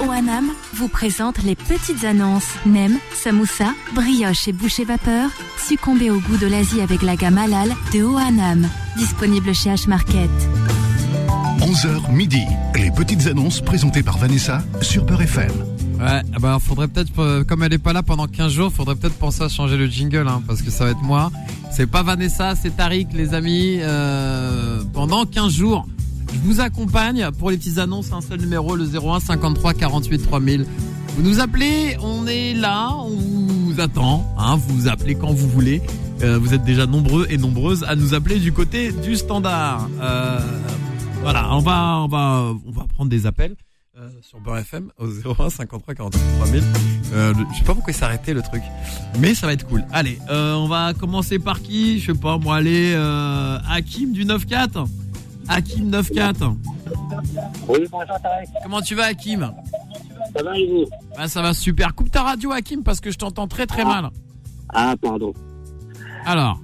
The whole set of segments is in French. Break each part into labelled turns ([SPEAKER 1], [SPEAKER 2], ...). [SPEAKER 1] OANAM vous présente les petites annonces. Nem, samoussa, brioche et boucher vapeur. Succombez au goût de l'Asie avec la gamme halal de OANAM. Disponible chez H-Market.
[SPEAKER 2] 11h midi, les petites annonces présentées par Vanessa sur Peur FM.
[SPEAKER 3] Ouais, bah faudrait peut-être, euh, comme elle est pas là pendant 15 jours, faudrait peut-être penser à changer le jingle, hein, parce que ça va être moi. C'est pas Vanessa, c'est Tariq, les amis. Euh, pendant 15 jours, je vous accompagne pour les petites annonces, un seul numéro, le 01 53 48 3000. Vous nous appelez, on est là, on vous attend, hein, vous vous appelez quand vous voulez. Euh, vous êtes déjà nombreux et nombreuses à nous appeler du côté du standard. Euh, voilà, on va, on va, on va prendre des appels. euh, sur Beurre FM au 01 53 48 3000. Euh, le- je sais pas pourquoi il s'est arrêté le truc, mais ça va être cool. Allez, euh, on va commencer par qui Je sais pas, moi, allez, euh, Hakim du 94. Hakim 94.
[SPEAKER 4] Oui, bonjour Tarek,
[SPEAKER 3] Comment tu vas, Hakim
[SPEAKER 4] ça va et vous
[SPEAKER 3] Bah, ça va super. Coupe ta radio, Hakim, parce que je t'entends très très mal.
[SPEAKER 4] Ah, pardon.
[SPEAKER 3] Alors,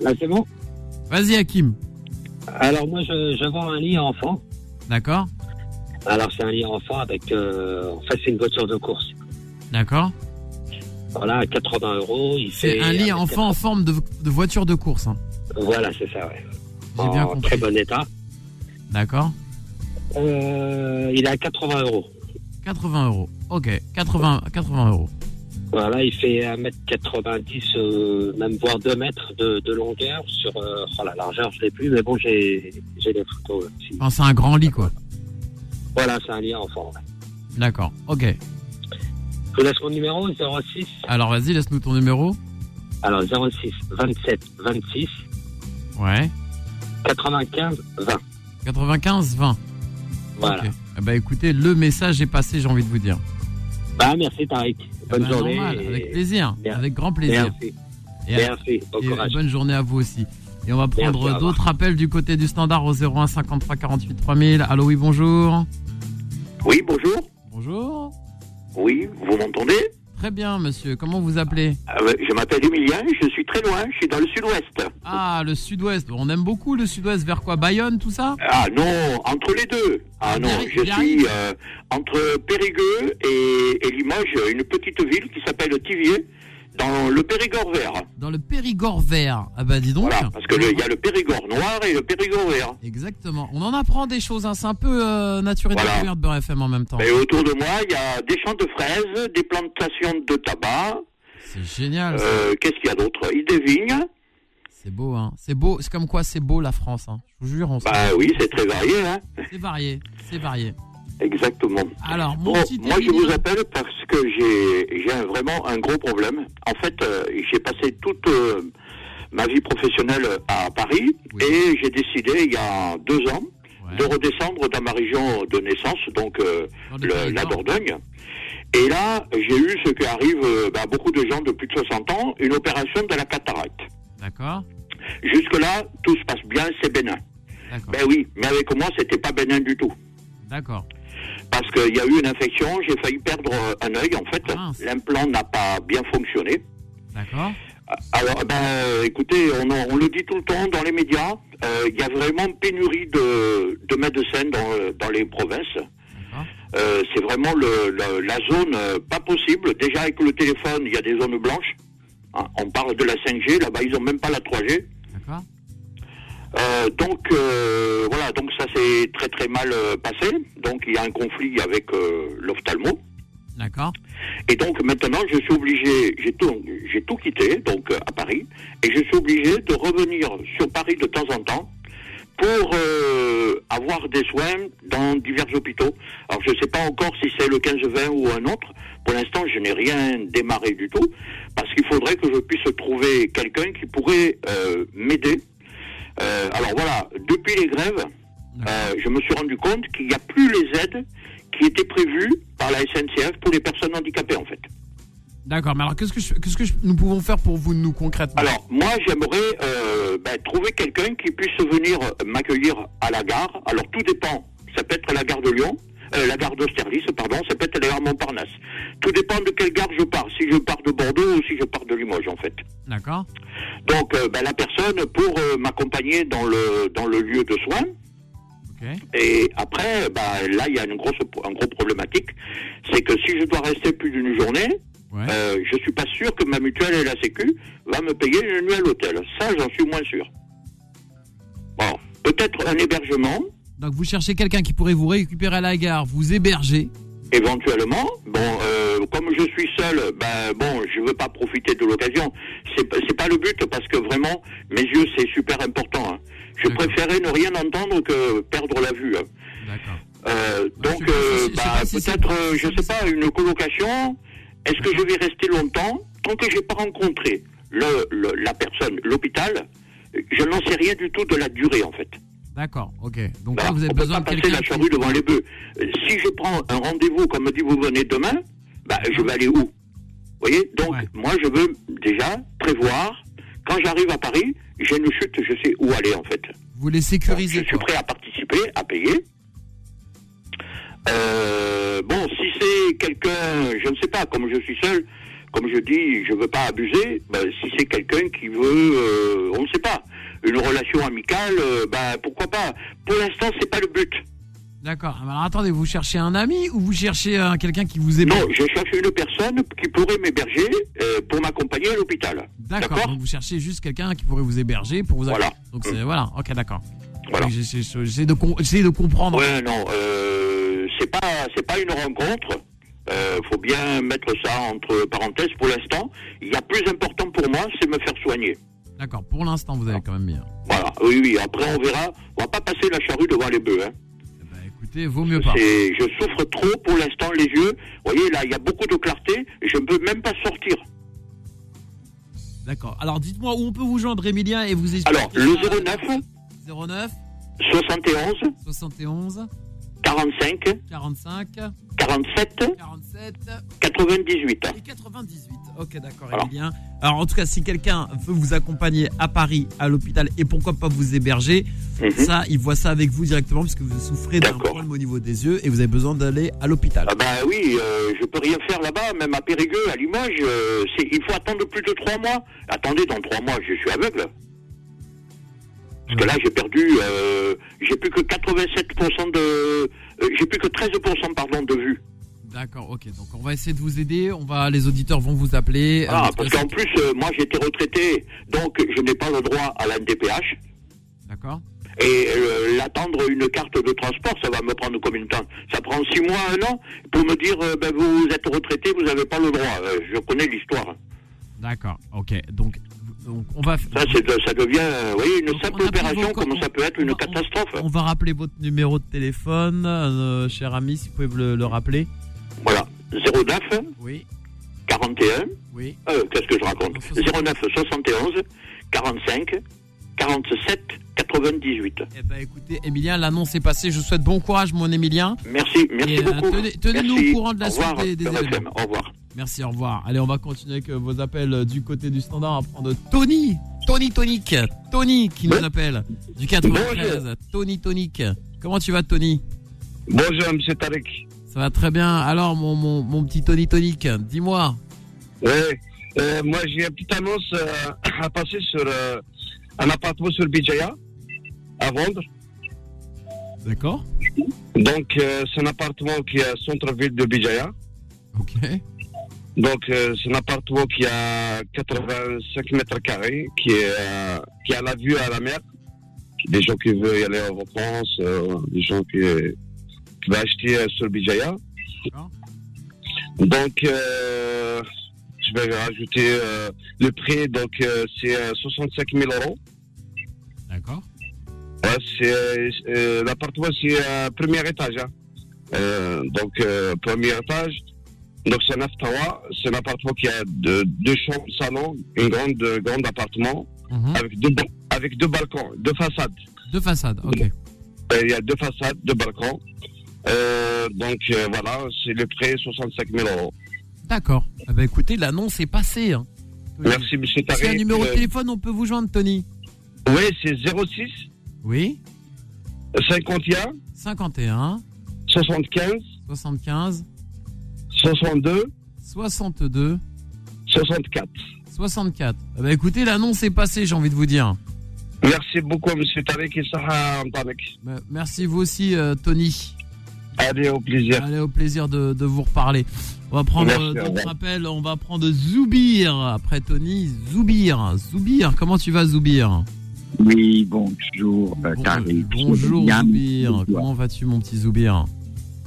[SPEAKER 4] Là, c'est bon
[SPEAKER 3] vas-y, Hakim.
[SPEAKER 4] Alors, moi, je, je vends un lit à enfant.
[SPEAKER 3] D'accord
[SPEAKER 4] Alors, c'est un lit à enfant avec. euh, en fait, c'est une voiture de course.
[SPEAKER 3] D'accord.
[SPEAKER 4] Voilà, à 80 euros. il
[SPEAKER 3] C'est
[SPEAKER 4] fait
[SPEAKER 3] un lit
[SPEAKER 4] 1m80.
[SPEAKER 3] enfant en forme de, de voiture de course. hein.
[SPEAKER 4] Voilà, c'est ça, ouais.
[SPEAKER 3] J'ai bien
[SPEAKER 4] en très
[SPEAKER 3] compris.
[SPEAKER 4] bon état.
[SPEAKER 3] D'accord
[SPEAKER 4] Euh, il est à 80 euros.
[SPEAKER 3] 80 euros. Ok, 80, 80 euros.
[SPEAKER 4] Voilà, il fait 1m90, euh, même voire 2 mètres de, de longueur. Sur euh, oh, la largeur, je ne l'ai plus, mais bon, j'ai j'ai les photos. là, si-
[SPEAKER 3] Enfin, c'est un grand lit, quoi.
[SPEAKER 4] Voilà, c'est un lit à enfant. ouais.
[SPEAKER 3] D'accord, ok.
[SPEAKER 4] Je vous laisse mon numéro 06.
[SPEAKER 3] Alors vas-y, laisse-nous ton numéro.
[SPEAKER 4] Alors, 06 27 26
[SPEAKER 3] Ouais.
[SPEAKER 4] 95 20.
[SPEAKER 3] 95 20.
[SPEAKER 4] Voilà.
[SPEAKER 3] Ok. Eh bah écoutez, le message est passé, j'ai envie de vous dire.
[SPEAKER 4] Bah, merci Tariq. Bonne
[SPEAKER 3] Eh ben,
[SPEAKER 4] journée.
[SPEAKER 3] normal,
[SPEAKER 4] et-
[SPEAKER 3] avec plaisir,
[SPEAKER 4] Bien.
[SPEAKER 3] avec grand plaisir.
[SPEAKER 4] Merci.
[SPEAKER 3] Et-
[SPEAKER 4] Merci. Bon
[SPEAKER 3] et- et
[SPEAKER 4] courage.
[SPEAKER 3] bonne journée à vous aussi. Et on va
[SPEAKER 4] au
[SPEAKER 3] prendre
[SPEAKER 4] revoir.
[SPEAKER 3] d'autres appels du côté du standard au 01 53 48 3000. Allô, oui, bonjour.
[SPEAKER 5] Oui, bonjour.
[SPEAKER 3] Bonjour.
[SPEAKER 5] Oui, vous m'entendez
[SPEAKER 3] Très bien, monsieur. Comment vous appelez
[SPEAKER 5] Euh, Je m'appelle Emilien, je suis très loin, je suis dans le sud-ouest.
[SPEAKER 3] Ah, le sud-ouest. On aime beaucoup le sud-ouest. Vers quoi Bayonne, tout ça
[SPEAKER 5] Ah non, entre les deux. Ah non,
[SPEAKER 3] Biarritz,
[SPEAKER 5] je
[SPEAKER 3] Biarritz.
[SPEAKER 5] suis euh, entre Périgueux et, et Limoges, une petite ville qui s'appelle Tivier, dans le Périgord vert.
[SPEAKER 3] Dans le Périgord vert. Ah bah dis donc.
[SPEAKER 5] Voilà, parce que le- il y a le Périgord noir et le Périgord vert.
[SPEAKER 3] Exactement. On en apprend des choses. hein. C'est un peu euh, nature et
[SPEAKER 5] Voilà.
[SPEAKER 3] découverte Beurre FM en même temps.
[SPEAKER 5] Et autour de moi, il y a des champs de fraises, des plantations de tabac.
[SPEAKER 3] C'est génial. ça.
[SPEAKER 5] Euh, Qu'est-ce qu'il y a d'autre Il y a Des vignes.
[SPEAKER 3] C'est beau, hein. C'est beau. C'est comme quoi c'est beau la France. Hein. Je vous jure, on s'en-
[SPEAKER 5] Bah oui, c'est très varié. Hein
[SPEAKER 3] c'est varié. C'est varié.
[SPEAKER 5] Exactement.
[SPEAKER 3] Alors,
[SPEAKER 5] Bon,
[SPEAKER 3] mon petit
[SPEAKER 5] moi, je
[SPEAKER 3] Émilien-
[SPEAKER 5] vous appelle parce que j'ai j'ai un- vraiment un gros problème. En fait, euh, j'ai passé toute euh, ma vie professionnelle à Paris
[SPEAKER 3] Oui.
[SPEAKER 5] et j'ai décidé, il y a deux ans,
[SPEAKER 3] Ouais. Oh,
[SPEAKER 5] de redescendre dans ma région de naissance, donc euh,
[SPEAKER 3] Dans
[SPEAKER 5] le-
[SPEAKER 3] le
[SPEAKER 5] la
[SPEAKER 3] Périgord.
[SPEAKER 5] Dordogne. Et là, j'ai eu ce qui arrive euh, bah, à beaucoup de gens de plus de 60 ans, une opération de la cataracte.
[SPEAKER 3] D'accord.
[SPEAKER 5] Jusque-là, tout se passe bien, c'est bénin.
[SPEAKER 3] D'accord.
[SPEAKER 5] Ben oui, mais avec moi, c'était pas bénin du tout.
[SPEAKER 3] D'accord.
[SPEAKER 5] parce qu'il y a eu une infection, j'ai failli perdre euh, un œil en fait.
[SPEAKER 3] Ah, mince.
[SPEAKER 5] L'implant n'a pas bien fonctionné.
[SPEAKER 3] D'accord.
[SPEAKER 5] Alors, ben, euh, écoutez, on, en- on le dit tout le temps dans les médias, euh, il y a vraiment pénurie de, de médecins dans, euh, dans les provinces.
[SPEAKER 3] D'accord.
[SPEAKER 5] Euh, c'est vraiment le, le- la zone euh, pas possible. Déjà avec le téléphone, il y a des zones blanches. Hein, on parle de la 5G, là-bas ils ont même pas la 3G.
[SPEAKER 3] D'accord.
[SPEAKER 5] Euh, donc euh, voilà, donc ça s'est très très mal euh, passé. Donc il y a un conflit avec euh, l'ophtalmo.
[SPEAKER 3] D'accord.
[SPEAKER 5] Et donc maintenant, je suis obligé, j'ai tout, j'ai tout quitté, donc euh, à Paris, et je suis obligé de revenir sur Paris de temps en temps pour euh, avoir des soins dans divers hôpitaux. Alors je ne sais pas encore si c'est le 15-20 ou un autre. Pour l'instant, je n'ai rien démarré du tout, parce qu'il faudrait que je puisse trouver quelqu'un qui pourrait euh, m'aider. Euh, alors voilà, depuis les grèves, euh, je me suis rendu compte qu'il n'y a plus les aides qui étaient prévues par la SNCF pour les personnes handicapées, en fait.
[SPEAKER 3] D'accord. Mais alors, qu'est-ce que je- qu'est-ce que je- nous pouvons faire pour vous, nous concrètement
[SPEAKER 5] Alors, moi, j'aimerais euh, ben, trouver quelqu'un qui puisse venir m'accueillir à la gare. Alors, tout dépend. Ça peut être la gare de Lyon, euh, la gare d'Austerlitz, pardon, ça peut être la gare Montparnasse. Tout dépend de quelle gare je pars, si je pars de Bordeaux ou si je pars de Limoges, en fait.
[SPEAKER 3] D'accord.
[SPEAKER 5] Donc, euh, ben, la personne pour euh, m'accompagner dans le, dans le lieu de soins, ben,
[SPEAKER 3] Ok.
[SPEAKER 5] Et après, bah, là, il y a une grosse, un gros problématique. c'est que si je dois rester plus d'une journée,
[SPEAKER 3] Ouais.
[SPEAKER 5] euh, je suis pas sûr que ma mutuelle et la Sécu va me payer une nuit à l'hôtel. Ça, j'en suis moins sûr. Bon, peut-être un hébergement,
[SPEAKER 3] Donc vous cherchez quelqu'un qui pourrait vous récupérer à la gare, vous héberger.
[SPEAKER 5] éventuellement. Bon, euh, comme je suis seul, ben bon, je veux pas profiter de l'occasion. C'est pas- c'est pas le but parce que vraiment, mes yeux, c'est super important. hein. Je
[SPEAKER 3] D'accord.
[SPEAKER 5] préférais ne rien entendre que perdre la vue. hein.
[SPEAKER 3] D'accord.
[SPEAKER 5] Euh, donc,
[SPEAKER 3] je
[SPEAKER 5] euh,
[SPEAKER 3] sais pas si- je sais
[SPEAKER 5] bah,
[SPEAKER 3] pas si c'est-
[SPEAKER 5] peut-être, euh, je sais pas, une colocation. Est-ce que je vais rester longtemps tant que j'ai pas rencontré le, le- la personne, l'hôpital Je n'en sais rien du tout de la durée en fait.
[SPEAKER 3] D'accord. Ok. Donc
[SPEAKER 5] Voilà.
[SPEAKER 3] là
[SPEAKER 5] Bah,
[SPEAKER 3] vous
[SPEAKER 5] On
[SPEAKER 3] avez
[SPEAKER 5] peut
[SPEAKER 3] besoin
[SPEAKER 5] pas
[SPEAKER 3] de
[SPEAKER 5] passer
[SPEAKER 3] quelqu'un.
[SPEAKER 5] la
[SPEAKER 3] qui-
[SPEAKER 5] charrue devant les bœufs. Euh, Si je prends un rendez-vous, comme me dit vous venez demain, bah, je vais aller où Vous voyez Donc,
[SPEAKER 3] Hein Ouais.
[SPEAKER 5] moi, je veux déjà prévoir. Quand j'arrive à Paris, j'ai une chute, je sais où aller en fait.
[SPEAKER 3] Vous voulez sécuriser.
[SPEAKER 5] Je suis
[SPEAKER 3] quoi.
[SPEAKER 5] prêt à participer, à payer. Euh, bon, si c'est quelqu'un, je ne sais pas, comme je suis seul, comme je dis, je ne veux pas abuser, ben, si c'est quelqu'un qui veut, euh, on ne sait pas, une relation amicale, euh, ben, pourquoi pas. Pour l'instant, c'est pas le but.
[SPEAKER 3] D'accord. Alors attendez, vous cherchez un ami ou vous cherchez euh, quelqu'un qui vous héberge
[SPEAKER 5] Non, je cherche une personne qui pourrait m'héberger euh, pour m'accompagner à l'hôpital.
[SPEAKER 3] D'accord. Donc vous cherchez juste quelqu'un qui pourrait vous héberger pour vous.
[SPEAKER 5] Voilà. Mm.
[SPEAKER 3] Donc c'est voilà. Ok, d'accord.
[SPEAKER 5] Voilà.
[SPEAKER 3] Donc, J'essaie j'essaie de com- j'essaie de comprendre.
[SPEAKER 5] Ouais, non, euh, c'est pas, c'est pas une rencontre. Euh, faut bien mettre ça entre parenthèses pour l'instant. Il y a plus important pour moi, c'est me faire soigner.
[SPEAKER 3] D'accord. Pour l'instant, vous avez quand même bien.
[SPEAKER 5] Voilà. Oui, oui. Après, on verra. On va pas passer la charrue devant les bœufs. Hein.
[SPEAKER 3] Bah écoutez, vaut mieux pas.
[SPEAKER 5] C'est, je souffre trop pour l'instant les yeux. Vous voyez, là, il y a beaucoup de clarté. Je ne peux même pas sortir.
[SPEAKER 3] D'accord. Alors dites-moi où on peut vous joindre, Emilien, et vous expliquer.
[SPEAKER 5] Alors, le 09
[SPEAKER 3] 09
[SPEAKER 5] 71
[SPEAKER 3] 71
[SPEAKER 5] 45
[SPEAKER 3] 45
[SPEAKER 5] 47
[SPEAKER 3] 47
[SPEAKER 5] 98.
[SPEAKER 3] et 98. Ok, d'accord,
[SPEAKER 5] Voilà.
[SPEAKER 3] Emilien. Alors, en tout cas, si quelqu'un veut vous accompagner à Paris, à l'hôpital, et pourquoi pas vous héberger,
[SPEAKER 5] Mhm.
[SPEAKER 3] ça, il voit ça avec vous directement, puisque vous souffrez d'un
[SPEAKER 5] D'accord.
[SPEAKER 3] problème au niveau des yeux et vous avez besoin d'aller à l'hôpital.
[SPEAKER 5] Ah ben oui, euh, je peux rien faire là-bas, même à Périgueux, à Limoges, euh, c'est- il faut attendre plus de trois mois. Attendez, dans trois mois, je suis aveugle. Parce que là, j'ai perdu, euh, j'ai plus que 87% de, euh, j'ai plus que 13% pardon de vue.
[SPEAKER 3] D'accord, ok. Donc, on va essayer de vous aider. On va, les auditeurs vont vous appeler.
[SPEAKER 5] Ah,
[SPEAKER 3] Euh,
[SPEAKER 5] parce qu'en plus, euh, moi, j'étais retraité, donc je n'ai pas le droit à la NDPH.
[SPEAKER 3] D'accord.
[SPEAKER 5] Et euh, l'attendre une carte de transport, ça va me prendre combien de temps Ça prend six mois, un an, pour me dire, euh, ben, vous êtes retraité, vous n'avez pas le droit. Euh, je connais l'histoire.
[SPEAKER 3] D'accord, ok. Donc, donc, on va.
[SPEAKER 5] Ça, c'est de- ça devient euh, oui, une
[SPEAKER 3] Donc, on
[SPEAKER 5] simple
[SPEAKER 3] a pris
[SPEAKER 5] opération,
[SPEAKER 3] vos com-
[SPEAKER 5] comme ça peut être
[SPEAKER 3] on
[SPEAKER 5] une
[SPEAKER 3] a-
[SPEAKER 5] catastrophe.
[SPEAKER 3] On va rappeler votre numéro de téléphone, euh, cher ami, si vous pouvez le, le rappeler.
[SPEAKER 5] Voilà. 09
[SPEAKER 3] Oui,
[SPEAKER 5] 41,
[SPEAKER 3] oui.
[SPEAKER 5] euh, qu'est-ce que je raconte
[SPEAKER 3] Non,
[SPEAKER 5] 09 71 45 47 98.
[SPEAKER 3] Eh ben écoutez, Emilien, l'annonce est passée. Je vous souhaite bon courage, mon Emilien.
[SPEAKER 5] Merci, merci
[SPEAKER 3] Et, euh,
[SPEAKER 5] beaucoup.
[SPEAKER 3] tenez- tenez-nous
[SPEAKER 5] Merci.
[SPEAKER 3] au courant de la
[SPEAKER 5] Au
[SPEAKER 3] suite
[SPEAKER 5] revoir,
[SPEAKER 3] des- des
[SPEAKER 5] RFM.
[SPEAKER 3] événements.
[SPEAKER 5] Au revoir.
[SPEAKER 3] Merci, au revoir. Allez, on va continuer avec euh, vos appels euh, du côté du standard. On va prendre Tony, Tony Tonic, Tony qui nous
[SPEAKER 6] Bon-
[SPEAKER 3] appelle du 93. Tony Tonic, comment tu vas, Tony
[SPEAKER 6] Bonjour, monsieur Tarek.
[SPEAKER 3] Ça va très bien. Alors, mon, mon, mon petit Tony Tonic, dis-moi.
[SPEAKER 6] Ouais. Euh, moi, j'ai une petite annonce euh, à passer sur euh, un appartement sur Bijaya à vendre.
[SPEAKER 3] D'accord.
[SPEAKER 6] Donc, euh, c'est un appartement qui est au centre-ville de Bijaya.
[SPEAKER 3] Ok.
[SPEAKER 6] Donc, euh, c'est un appartement qui a 85 mètres carrés, qui, est, euh, qui a la vue à la mer. Des gens qui veulent y aller en vacances, euh, des gens qui, qui veulent acheter euh, sur Bijaya.
[SPEAKER 3] D'accord.
[SPEAKER 6] Donc, euh, je vais rajouter euh, le prix. Donc, euh, c'est euh, 65 000 euros.
[SPEAKER 3] D'accord.
[SPEAKER 6] Ouais, c'est euh, euh, l'appartement, c'est euh, premier étage. hein. Euh, donc euh, premier étage. Donc c'est un aftawa, c'est un appartement qui a deux, deux chambres, salon, un grand grande appartement
[SPEAKER 3] Mhm.
[SPEAKER 6] avec deux ba- avec deux balcons, deux façades.
[SPEAKER 3] Deux façades. Ok.
[SPEAKER 6] Euh, Il y a deux façades, deux balcons. Euh, donc euh, voilà, c'est le prix 65 000 euros.
[SPEAKER 3] D'accord. Eh ben écoutez, l'annonce est passée. Hein. Tony.
[SPEAKER 6] Merci Monsieur
[SPEAKER 3] Est-ce qu'il y a
[SPEAKER 6] Tariq.
[SPEAKER 3] un numéro de
[SPEAKER 6] Euh,
[SPEAKER 3] téléphone, on peut vous joindre, Tony
[SPEAKER 6] oui, c'est 06
[SPEAKER 3] Oui.
[SPEAKER 6] 51
[SPEAKER 3] 51
[SPEAKER 6] 75
[SPEAKER 3] 75
[SPEAKER 6] 62
[SPEAKER 3] 62
[SPEAKER 6] 64.
[SPEAKER 3] 64. Eh ben, écoutez, l'annonce est passée, j'ai envie de vous dire. Bah,
[SPEAKER 6] Merci beaucoup Monsieur Tariq et Sarah Mtamek.
[SPEAKER 3] Ben, merci vous aussi, euh, Tony.
[SPEAKER 6] Allez, au plaisir.
[SPEAKER 3] Allez, au plaisir de, de vous reparler. On va prendre
[SPEAKER 6] Merci,
[SPEAKER 3] euh,
[SPEAKER 6] au
[SPEAKER 3] d'autres
[SPEAKER 6] revoir.
[SPEAKER 3] appels. On va prendre Zoubir après Tony. Zoubir, Zoubir, comment tu vas, Zoubir
[SPEAKER 7] Oui, bonjour, euh,
[SPEAKER 3] Bon-
[SPEAKER 7] Tariq.
[SPEAKER 3] Bonjour,
[SPEAKER 7] Bien,
[SPEAKER 3] Zoubir.
[SPEAKER 7] bonjour.
[SPEAKER 3] Comment vas-tu, mon petit Zoubir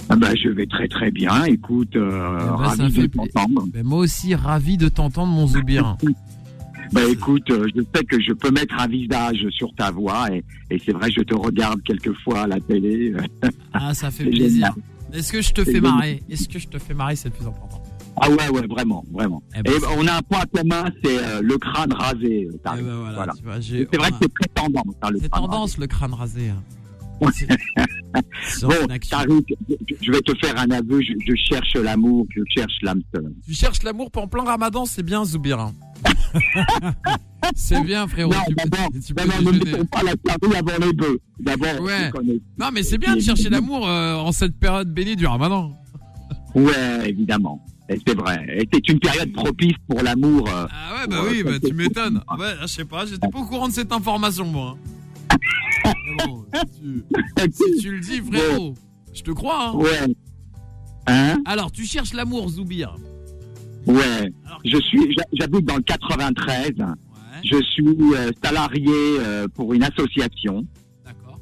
[SPEAKER 7] Ah bah, je vais très très bien. Écoute, euh,
[SPEAKER 3] Eh ben, ça
[SPEAKER 7] ravi
[SPEAKER 3] fait
[SPEAKER 7] de
[SPEAKER 3] pla-
[SPEAKER 7] t'entendre.
[SPEAKER 3] Ben, Moi aussi, ravi de t'entendre, mon Zoubir.
[SPEAKER 7] Bah, écoute, euh, je sais que je peux mettre un visage sur ta voix et, et c'est vrai, je te regarde quelquefois à la télé. euh,
[SPEAKER 3] Ah, ça fait
[SPEAKER 7] c'est
[SPEAKER 3] plaisir.
[SPEAKER 7] génial.
[SPEAKER 3] Est-ce que je te
[SPEAKER 7] C'est
[SPEAKER 3] fais
[SPEAKER 7] génial.
[SPEAKER 3] marrer Est-ce que je te fais marrer C'est le plus important.
[SPEAKER 7] Ah ouais, ouais, vraiment, vraiment.
[SPEAKER 3] Eh ben,
[SPEAKER 7] Et on a un point commun, c'est euh, le crâne rasé, euh,
[SPEAKER 3] eh
[SPEAKER 7] Tariq.
[SPEAKER 3] ben, voilà,
[SPEAKER 7] voilà.
[SPEAKER 3] tu vois, j'ai-
[SPEAKER 7] C'est vrai
[SPEAKER 3] on
[SPEAKER 7] que
[SPEAKER 3] a-
[SPEAKER 7] c'est très tendance, hein, le
[SPEAKER 3] c'est
[SPEAKER 7] crâne
[SPEAKER 3] tendance, le crâne rasé. hein. C'est- c'est
[SPEAKER 7] Bon,
[SPEAKER 3] une action.
[SPEAKER 7] Tariq, je- je vais te faire un aveu, je, je cherche l'amour, je cherche l'âme sœur.
[SPEAKER 3] Tu cherches l'amour en plein ramadan, c'est bien, Zoubir. hein. c'est bien, frérot.
[SPEAKER 7] Non,
[SPEAKER 3] tu peux-
[SPEAKER 7] d'abord,
[SPEAKER 3] tu peux
[SPEAKER 7] D'abord, ne
[SPEAKER 3] déjeuner.
[SPEAKER 7] mettons pas la charrue Eh, avant les bœufs. D'abord,
[SPEAKER 3] Ouais.
[SPEAKER 7] je connais-
[SPEAKER 3] Non, mais c'est bien de chercher l'amour euh, en cette période bénie du ramadan.
[SPEAKER 7] Ouais, évidemment. Et C'est vrai. Et C'est une période propice pour l'amour. euh.
[SPEAKER 3] Ah ouais, bah
[SPEAKER 7] Ouais,
[SPEAKER 3] oui,
[SPEAKER 7] ça
[SPEAKER 3] bah
[SPEAKER 7] fait
[SPEAKER 3] tu m'étonnes. Ouais, je sais pas, j'étais pas au courant de cette information, moi. hein. Mais bon, si tu, si tu le dis, frérot, je te crois. hein.
[SPEAKER 7] Ouais. Hein
[SPEAKER 3] Alors, tu cherches l'amour, Zoubir.
[SPEAKER 7] Ouais.
[SPEAKER 3] Alors,
[SPEAKER 7] Je suis, j'ha- j'habite dans le 93.
[SPEAKER 3] ouais,
[SPEAKER 7] Je suis euh, salarié euh, pour une association.
[SPEAKER 3] d'accord.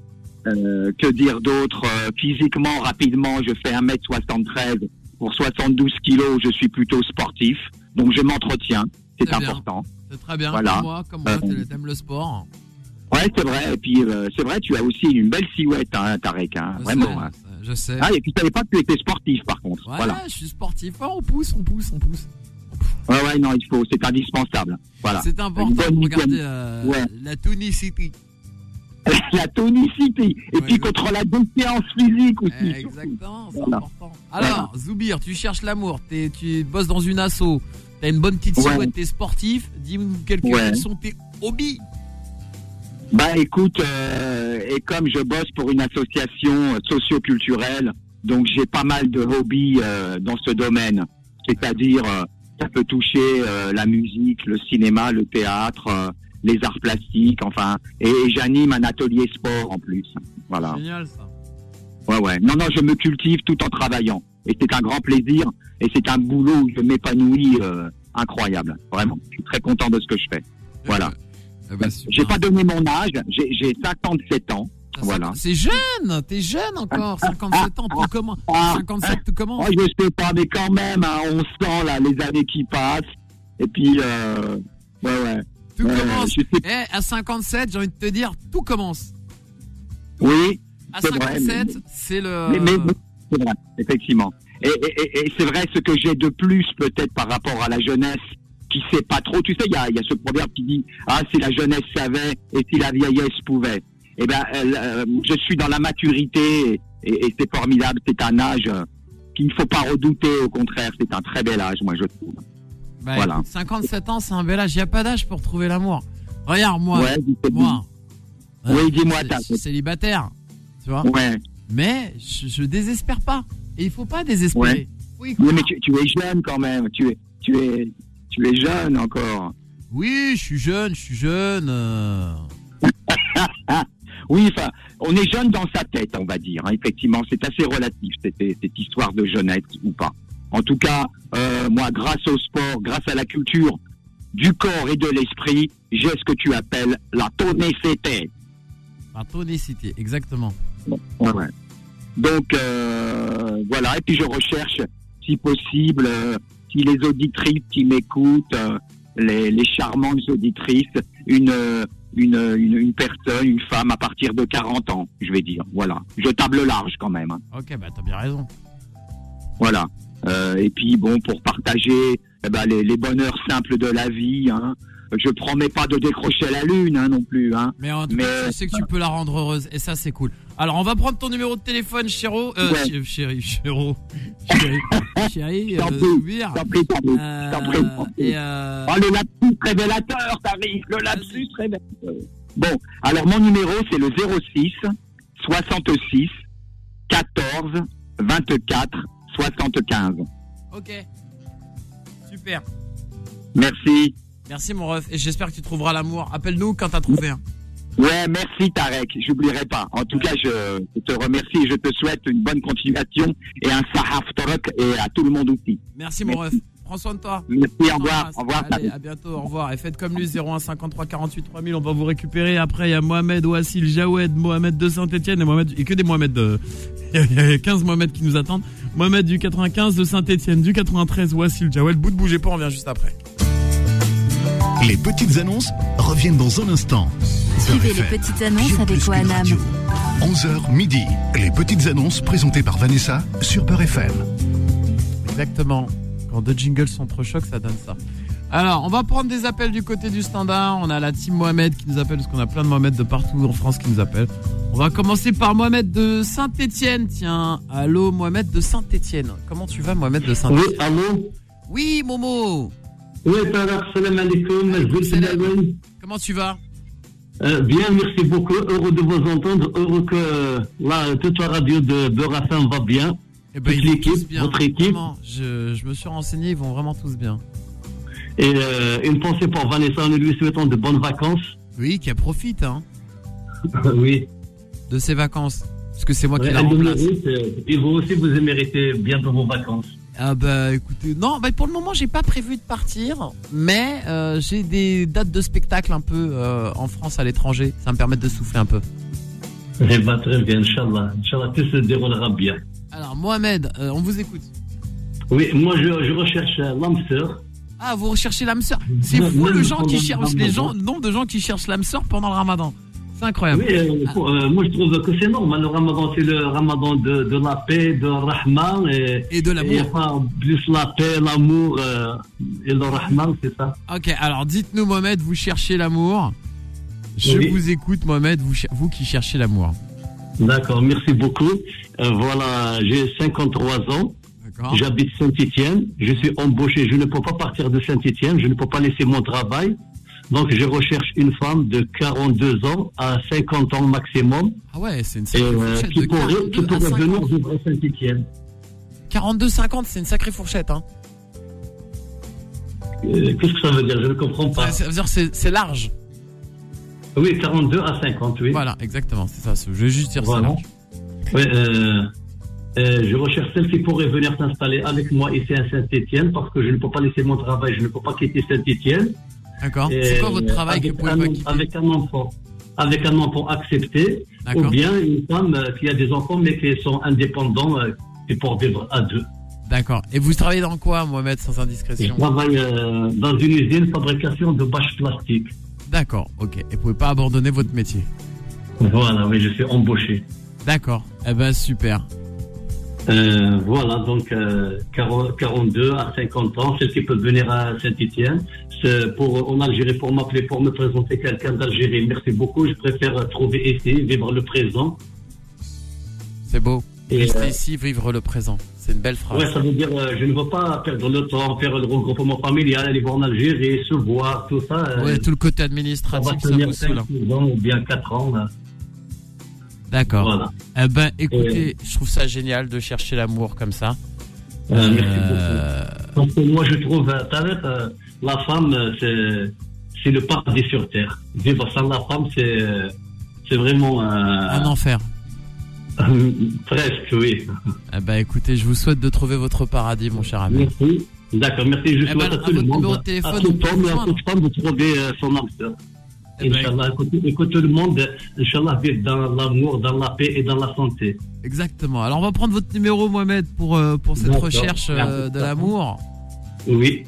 [SPEAKER 7] Euh, que dire d'autre Euh, Physiquement, rapidement, je fais 1m73 pour 72 kilos. Je suis plutôt sportif. Donc, je m'entretiens. C'est
[SPEAKER 3] Très bien.
[SPEAKER 7] important.
[SPEAKER 3] C'est très bien.
[SPEAKER 7] Voilà.
[SPEAKER 3] Comme moi, comme moi,
[SPEAKER 7] Euh,
[SPEAKER 3] t'aimes- t'aimes le sport.
[SPEAKER 7] Ouais, c'est vrai. Et puis, euh, c'est vrai, tu as aussi une belle silhouette, hein, Tarek. Hein,
[SPEAKER 3] Je sais,
[SPEAKER 7] vraiment. hein.
[SPEAKER 3] Je sais.
[SPEAKER 7] Ah, et puis, tu savais pas que tu étais sportif, par contre.
[SPEAKER 3] Ouais,
[SPEAKER 7] Voilà.
[SPEAKER 3] je suis sportif. Oh, on pousse, on pousse, on pousse.
[SPEAKER 7] Ouais, ouais, non, il faut, c'est indispensable. Voilà.
[SPEAKER 3] C'est important
[SPEAKER 7] Une bonne
[SPEAKER 3] de regarder
[SPEAKER 7] vitamine.
[SPEAKER 3] euh,
[SPEAKER 7] Ouais.
[SPEAKER 3] la tonicity.
[SPEAKER 7] la tonicité. Et
[SPEAKER 3] Ouais,
[SPEAKER 7] puis
[SPEAKER 3] ouais.
[SPEAKER 7] contre la défiance physique aussi.
[SPEAKER 3] Eh, Exactement, c'est
[SPEAKER 7] Voilà.
[SPEAKER 3] important. Alors, Zoubir, tu cherches l'amour, t'es- tu bosses dans une asso, t'as une bonne petite
[SPEAKER 7] Ouais.
[SPEAKER 3] silhouette, t'es sportif. Dis-nous quelques
[SPEAKER 7] Ouais.
[SPEAKER 3] quels sont tes hobbies.
[SPEAKER 7] Bah écoute, euh, et comme je bosse pour une association euh, socioculturelle, donc j'ai pas mal de hobbies euh, dans ce domaine. C'est-à-dire, euh, ça peut toucher euh, la musique, le cinéma, le théâtre, euh, les arts plastiques, enfin. Et, j'anime un atelier sport en plus. Voilà.
[SPEAKER 3] Génial ça.
[SPEAKER 7] Ouais, ouais. Non, non, je me cultive tout en travaillant. Et c'est un grand plaisir. Et c'est un boulot où je m'épanouis euh, incroyable. Vraiment. Je suis très content de ce que je fais. Voilà.
[SPEAKER 3] Eh ben, super.
[SPEAKER 7] J'ai pas donné mon âge. J'ai j'ai 57 ans.
[SPEAKER 3] T'as
[SPEAKER 7] voilà.
[SPEAKER 3] cinquante- C'est jeune, t'es jeune encore. 57 ans, tu comment
[SPEAKER 7] Ah,
[SPEAKER 3] 57, tu
[SPEAKER 7] oh,
[SPEAKER 3] commences
[SPEAKER 7] je sais pas, mais quand même, hein, on sent là les années qui passent. Et puis, euh, ouais, ouais.
[SPEAKER 3] Tout
[SPEAKER 7] Ouais,
[SPEAKER 3] commence.
[SPEAKER 7] je sais-
[SPEAKER 3] Eh, à 57, j'ai envie de te dire, tout commence.
[SPEAKER 7] Oui,
[SPEAKER 3] À
[SPEAKER 7] C'est vrai,
[SPEAKER 3] 57, c'est le.
[SPEAKER 7] mais, mais oui, c'est vrai, effectivement. Et, et- et- et c'est vrai ce que j'ai de plus peut-être par rapport à la jeunesse qui sait pas trop. Tu sais, il y a, il y a ce proverbe qui dit ah si la jeunesse savait et si la vieillesse pouvait. Eh ben, elle, euh, je suis dans la maturité et, et- et c'est formidable. C'est un âge euh, qu'il ne faut pas redouter. Au contraire, c'est un très bel âge, moi je trouve.
[SPEAKER 3] Bah,
[SPEAKER 7] Voilà.
[SPEAKER 3] écoute, 57 ans, c'est un bel âge. Y a pas d'âge pour trouver l'amour. Regarde, moi,
[SPEAKER 7] Ouais, dis-moi.
[SPEAKER 3] moi.
[SPEAKER 7] Oui,
[SPEAKER 3] euh,
[SPEAKER 7] dis-moi,
[SPEAKER 3] je-
[SPEAKER 7] t'as-
[SPEAKER 3] Je suis célibataire, tu vois.
[SPEAKER 7] ouais.
[SPEAKER 3] Mais je, je désespère pas. Et il faut pas désespérer. Oui,
[SPEAKER 7] Oui, mais tu, tu es jeune quand même. Tu es, tu es, tu es jeune encore.
[SPEAKER 3] oui, je suis jeune, je suis jeune. euh,
[SPEAKER 7] Oui, enfin, on est jeune dans sa tête, on va dire. hein. Effectivement, c'est assez relatif cette, cette histoire de jeunesse ou pas. En tout cas, euh, moi, grâce au sport, grâce à la culture du corps et de l'esprit, j'ai ce que tu appelles la tonicité.
[SPEAKER 3] Par tonicité, exactement.
[SPEAKER 7] Ouais, ouais. Donc euh, voilà, et puis je recherche, si possible, euh, si les auditrices qui m'écoutent, euh, les, les charmantes auditrices, une, euh, une, une, une personne, une femme à partir de 40 ans, je vais dire. Voilà, je table large quand même. hein.
[SPEAKER 3] Ok, bah t'as bien raison.
[SPEAKER 7] Voilà. Euh, et puis bon, pour partager eh ben, les, les bonheurs simples de la vie, hein. je promets pas de décrocher la lune hein, non plus. Hein.
[SPEAKER 3] Mais en tout
[SPEAKER 7] Mais- euh,
[SPEAKER 3] cas, je sais que tu peux la rendre heureuse et ça, c'est cool. Alors, on va prendre ton numéro de téléphone, chéro. Euh,
[SPEAKER 7] Ouais.
[SPEAKER 3] ch- chéri, chéro. Chéri, chéri,
[SPEAKER 7] T'en
[SPEAKER 3] euh,
[SPEAKER 7] prie,
[SPEAKER 3] Zoubir.
[SPEAKER 7] T'as pris, t'as pris.
[SPEAKER 3] Euh,
[SPEAKER 7] t'en prie, t'en prie.
[SPEAKER 3] et euh,
[SPEAKER 7] Oh, le lapsus révélateur, t'arrives, le lapsus révélateur. Bon, alors mon numéro, c'est le 06 66 14 24 75.
[SPEAKER 3] ok. Super.
[SPEAKER 7] Merci.
[SPEAKER 3] Merci mon ref et j'espère que tu trouveras l'amour. Appelle-nous quand t'as trouvé. hein.
[SPEAKER 7] Ouais, merci Tarek, j'oublierai pas. En tout cas, je te remercie et je te souhaite une bonne continuation et un Sahaf Torok et à tout le monde aussi.
[SPEAKER 3] Merci mon ref. Prends soin de toi.
[SPEAKER 7] Merci,
[SPEAKER 3] On
[SPEAKER 7] au revoir,
[SPEAKER 3] t'embrasse.
[SPEAKER 7] au revoir.
[SPEAKER 3] Allez, à bientôt, au revoir. Et faites comme lui, 01 53 48 3000, on va vous récupérer. Après, il y a Mohamed, Ouassil, Jawed, Mohamed de Saint-Etienne et Mohamed. Et que des Mohamed de. Il y a 15 Mohamed qui nous attendent. Mohamed du 95 de Saint-Etienne, du 93, Ouassil, Jawed. Bout de bougez pas, on revient juste après.
[SPEAKER 2] Les petites annonces reviennent dans un instant.
[SPEAKER 1] Suivez
[SPEAKER 2] Beurre
[SPEAKER 1] les
[SPEAKER 2] FM,
[SPEAKER 1] petites
[SPEAKER 2] bien
[SPEAKER 1] annonces avec
[SPEAKER 2] plus qu'une
[SPEAKER 1] OANAM.
[SPEAKER 2] radio. 11h midi, les petites annonces présentées par Vanessa sur Peur FM.
[SPEAKER 3] Exactement. Quand deux jingles s'entrechoquent, ça donne ça. Alors, on va prendre des appels du côté du standard. On a la team Mohamed qui nous appelle, parce qu'on a plein de Mohamed de partout en France qui nous appellent. On va commencer par Mohamed de Saint-Etienne. Tiens, allô Mohamed de Saint-Etienne. Comment tu vas Mohamed de
[SPEAKER 8] Oui,
[SPEAKER 3] Saint-Etienne
[SPEAKER 8] allô
[SPEAKER 3] Oui, Momo.
[SPEAKER 8] Oui, Tarek, salam alaikum, Mazgoul
[SPEAKER 3] salam.
[SPEAKER 8] Fidalwen.
[SPEAKER 3] Comment tu vas
[SPEAKER 8] Euh, Bien, merci beaucoup, heureux de vous entendre, heureux que euh, la, toute la radio de Beurre FM va bien.
[SPEAKER 3] eh
[SPEAKER 8] Toute
[SPEAKER 3] vont
[SPEAKER 8] l'équipe,
[SPEAKER 3] tous
[SPEAKER 8] votre équipe.
[SPEAKER 3] Vraiment, je, je me suis renseigné, ils vont vraiment tous bien.
[SPEAKER 8] Et euh, une pensée pour Vanessa, nous lui souhaitons de bonnes vacances.
[SPEAKER 3] Oui, qu'elle profite hein,
[SPEAKER 8] oui,
[SPEAKER 3] de ses vacances. Parce que c'est moi qui
[SPEAKER 8] Ouais,
[SPEAKER 3] la
[SPEAKER 8] elle le
[SPEAKER 3] remplace.
[SPEAKER 8] mérite, euh, et vous aussi, vous méritez bientôt vos vacances.
[SPEAKER 3] Ah bah écoutez, non, bah pour le moment j'ai pas prévu de partir, mais euh, j'ai des dates de spectacle un peu euh, en France, à l'étranger, ça me permet de souffler un peu.
[SPEAKER 8] Et va très bien, Inch'Allah. Inch'Allah, tout se déroulera bien.
[SPEAKER 3] Alors Mohamed, euh, on vous écoute.
[SPEAKER 8] Oui, moi, je, je recherche euh, l'âme sœur.
[SPEAKER 3] Ah, vous recherchez l'âme sœur C'est
[SPEAKER 8] Non,
[SPEAKER 3] fou
[SPEAKER 8] non,
[SPEAKER 3] le,
[SPEAKER 8] non,
[SPEAKER 3] gens qui
[SPEAKER 8] pendant le
[SPEAKER 3] cherchent, les
[SPEAKER 8] Ramadan.
[SPEAKER 3] gens, le nombre de gens qui cherchent l'âme sœur pendant le ramadan. C'est incroyable.
[SPEAKER 8] Oui, euh, pour- euh, moi, je trouve que c'est normal. Le ramadan, c'est le ramadan de, de la paix, de rahman. Et,
[SPEAKER 3] Et de
[SPEAKER 8] Il n'y a
[SPEAKER 3] l'amour.
[SPEAKER 8] pas plus la paix, l'amour euh, et le rahman, c'est ça
[SPEAKER 3] Ok, alors dites-nous Mohamed, vous cherchez l'amour. Je
[SPEAKER 8] Oui.
[SPEAKER 3] vous écoute Mohamed, vous, cher- vous qui cherchez l'amour.
[SPEAKER 8] D'accord, merci beaucoup. Euh, voilà, j'ai 53 ans,
[SPEAKER 3] D'accord
[SPEAKER 8] j'habite Saint-Étienne, je suis embauché, je ne peux pas partir de Saint-Étienne, je ne peux pas laisser mon travail. Donc je recherche une femme de 42 ans à 50 ans maximum
[SPEAKER 3] Ah ouais, c'est une
[SPEAKER 8] et,
[SPEAKER 3] sacrée
[SPEAKER 8] euh,
[SPEAKER 3] fourchette
[SPEAKER 8] qui
[SPEAKER 3] de
[SPEAKER 8] pourrait, qui
[SPEAKER 3] 42 à
[SPEAKER 8] pourrait
[SPEAKER 3] 50.
[SPEAKER 8] venir vivre à Saint-Étienne.
[SPEAKER 3] 42-50, c'est une sacrée fourchette. Hein.
[SPEAKER 8] Euh, Qu'est-ce que ça veut dire Je ne comprends pas.
[SPEAKER 3] Ça- ça veut dire c'est c'est large.
[SPEAKER 8] Oui, 42 à 50, oui.
[SPEAKER 3] Voilà, Ah, exactement, c'est ça. c'est- Je vais juste dire
[SPEAKER 8] Voilà.
[SPEAKER 3] ça. large.
[SPEAKER 8] Ouais, euh, euh, je recherche celle qui pourrait venir s'installer avec moi ici à Saint-Etienne parce que je ne peux pas laisser mon travail, je ne peux pas quitter Saint-Etienne.
[SPEAKER 3] D'accord. C'est quoi votre travail que
[SPEAKER 8] avec
[SPEAKER 3] vous pouvez
[SPEAKER 8] un,
[SPEAKER 3] pas quitter
[SPEAKER 8] Avec un enfant. Avec un enfant accepté ou
[SPEAKER 3] D'accord.
[SPEAKER 8] bien une femme euh, qui a des enfants mais qui sont indépendants euh, et pour vivre à deux.
[SPEAKER 3] D'accord. Et vous travaillez dans quoi, Mohamed, sans
[SPEAKER 8] Je
[SPEAKER 3] indiscrétion
[SPEAKER 8] travaille euh, dans une usine de fabrication de bâches plastiques.
[SPEAKER 3] D'accord, ok. Et vous pouvez pas abandonner votre métier.
[SPEAKER 8] Voilà, oui, je suis embauché.
[SPEAKER 3] D'accord. Eh ben, super.
[SPEAKER 8] Euh, voilà, donc euh, 40 42 à 50 ans, celle qui peut venir à Saint-Etienne. Pour, en Algérie, pour m'appeler, pour me présenter quelqu'un d'Algérie. Merci beaucoup. Je préfère euh, trouver ici, vivre le présent.
[SPEAKER 3] C'est beau.
[SPEAKER 8] Et,
[SPEAKER 3] Rester
[SPEAKER 8] euh,
[SPEAKER 3] ici, vivre le présent. C'est une belle phrase.
[SPEAKER 8] ouais, ça veut dire, euh, je ne veux pas perdre le temps, faire le regroupement familial, aller voir en Algérie, se voir, tout ça. euh,
[SPEAKER 3] Ouais, tout le côté
[SPEAKER 8] ça va
[SPEAKER 3] administratif, ça
[SPEAKER 8] tenir
[SPEAKER 3] vous
[SPEAKER 8] 5
[SPEAKER 3] saoule. hein.
[SPEAKER 8] ans ou bien 4 ans. là.
[SPEAKER 3] D'accord.
[SPEAKER 8] Voilà.
[SPEAKER 3] Eh ben, écoutez, je trouve ça génial de chercher l'amour comme ça.
[SPEAKER 8] Euh, merci beaucoup.
[SPEAKER 3] Euh,
[SPEAKER 8] Donc, pour moi, je trouve, euh, Tarek, euh, la femme, euh, c'est, c'est le paradis sur terre. Vivre sans la femme, c'est, euh, c'est vraiment
[SPEAKER 3] un
[SPEAKER 8] euh,
[SPEAKER 3] enfer.
[SPEAKER 8] presque, oui.
[SPEAKER 3] Eh ben, écoutez, je vous souhaite de trouver votre paradis, mon cher ami.
[SPEAKER 8] Merci. D'accord, merci. Je
[SPEAKER 3] Eh
[SPEAKER 8] souhaite
[SPEAKER 3] ben,
[SPEAKER 8] à
[SPEAKER 3] à
[SPEAKER 8] tout le
[SPEAKER 3] votre numéro
[SPEAKER 8] monde,
[SPEAKER 3] de téléphone,
[SPEAKER 8] à
[SPEAKER 3] on
[SPEAKER 8] toute
[SPEAKER 3] peut
[SPEAKER 8] femme, et à
[SPEAKER 3] rejoindre.
[SPEAKER 8] toute femme de trouver euh, son âme sœur.
[SPEAKER 3] Eh ben,
[SPEAKER 8] Inch'Allah, que, que tout le monde, Inch'Allah, vive dans l'amour, dans la paix et dans la santé.
[SPEAKER 3] Exactement. Alors on va prendre votre numéro Mohamed pour, euh, pour cette
[SPEAKER 8] D'accord.
[SPEAKER 3] recherche euh,
[SPEAKER 8] Merci.
[SPEAKER 3] de l'amour.
[SPEAKER 8] Oui.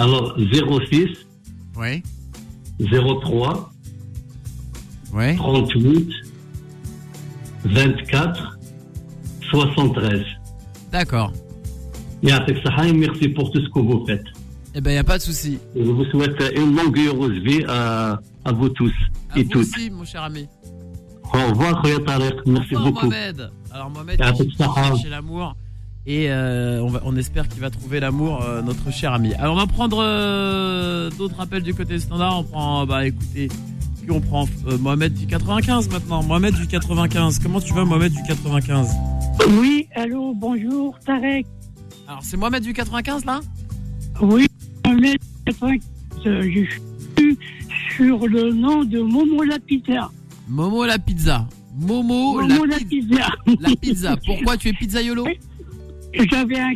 [SPEAKER 8] Alors, 06
[SPEAKER 3] Oui.
[SPEAKER 8] 03
[SPEAKER 3] Oui.
[SPEAKER 8] 38 24 73.
[SPEAKER 3] D'accord.
[SPEAKER 8] Yatek Saha, et merci pour tout ce que vous faites.
[SPEAKER 3] Eh ben y a pas de souci.
[SPEAKER 8] Je vous souhaite une longue et heureuse vie à, à vous tous
[SPEAKER 3] À
[SPEAKER 8] et
[SPEAKER 3] vous
[SPEAKER 8] toutes.
[SPEAKER 3] aussi mon cher ami.
[SPEAKER 8] Au revoir, Khoya Tarek. Merci
[SPEAKER 3] Au revoir,
[SPEAKER 8] beaucoup.
[SPEAKER 3] Mohamed. Alors Mohamed
[SPEAKER 8] Ah,
[SPEAKER 3] il
[SPEAKER 8] c'est ça.
[SPEAKER 3] cherche l'amour et euh, on, va- on espère qu'il va trouver l'amour euh, notre cher ami. Alors on va prendre euh, d'autres appels du côté standard. On prend bah écoutez qui on prend Euh, Mohamed du 95 maintenant. Mohamed du 95. Comment tu vas Mohamed du 95
[SPEAKER 9] Oui, allô, bonjour, Tarek.
[SPEAKER 3] Alors c'est Mohamed du 95 là
[SPEAKER 9] Oui, Mohamed, 95, euh, je suis- je sur le nom de Momo la pizza.
[SPEAKER 3] Momo la pizza. Momo,
[SPEAKER 9] Momo
[SPEAKER 3] la,
[SPEAKER 9] la
[SPEAKER 3] pi-
[SPEAKER 9] pizza.
[SPEAKER 3] la pizza. Pourquoi tu es pizzaïolo
[SPEAKER 9] J'avais un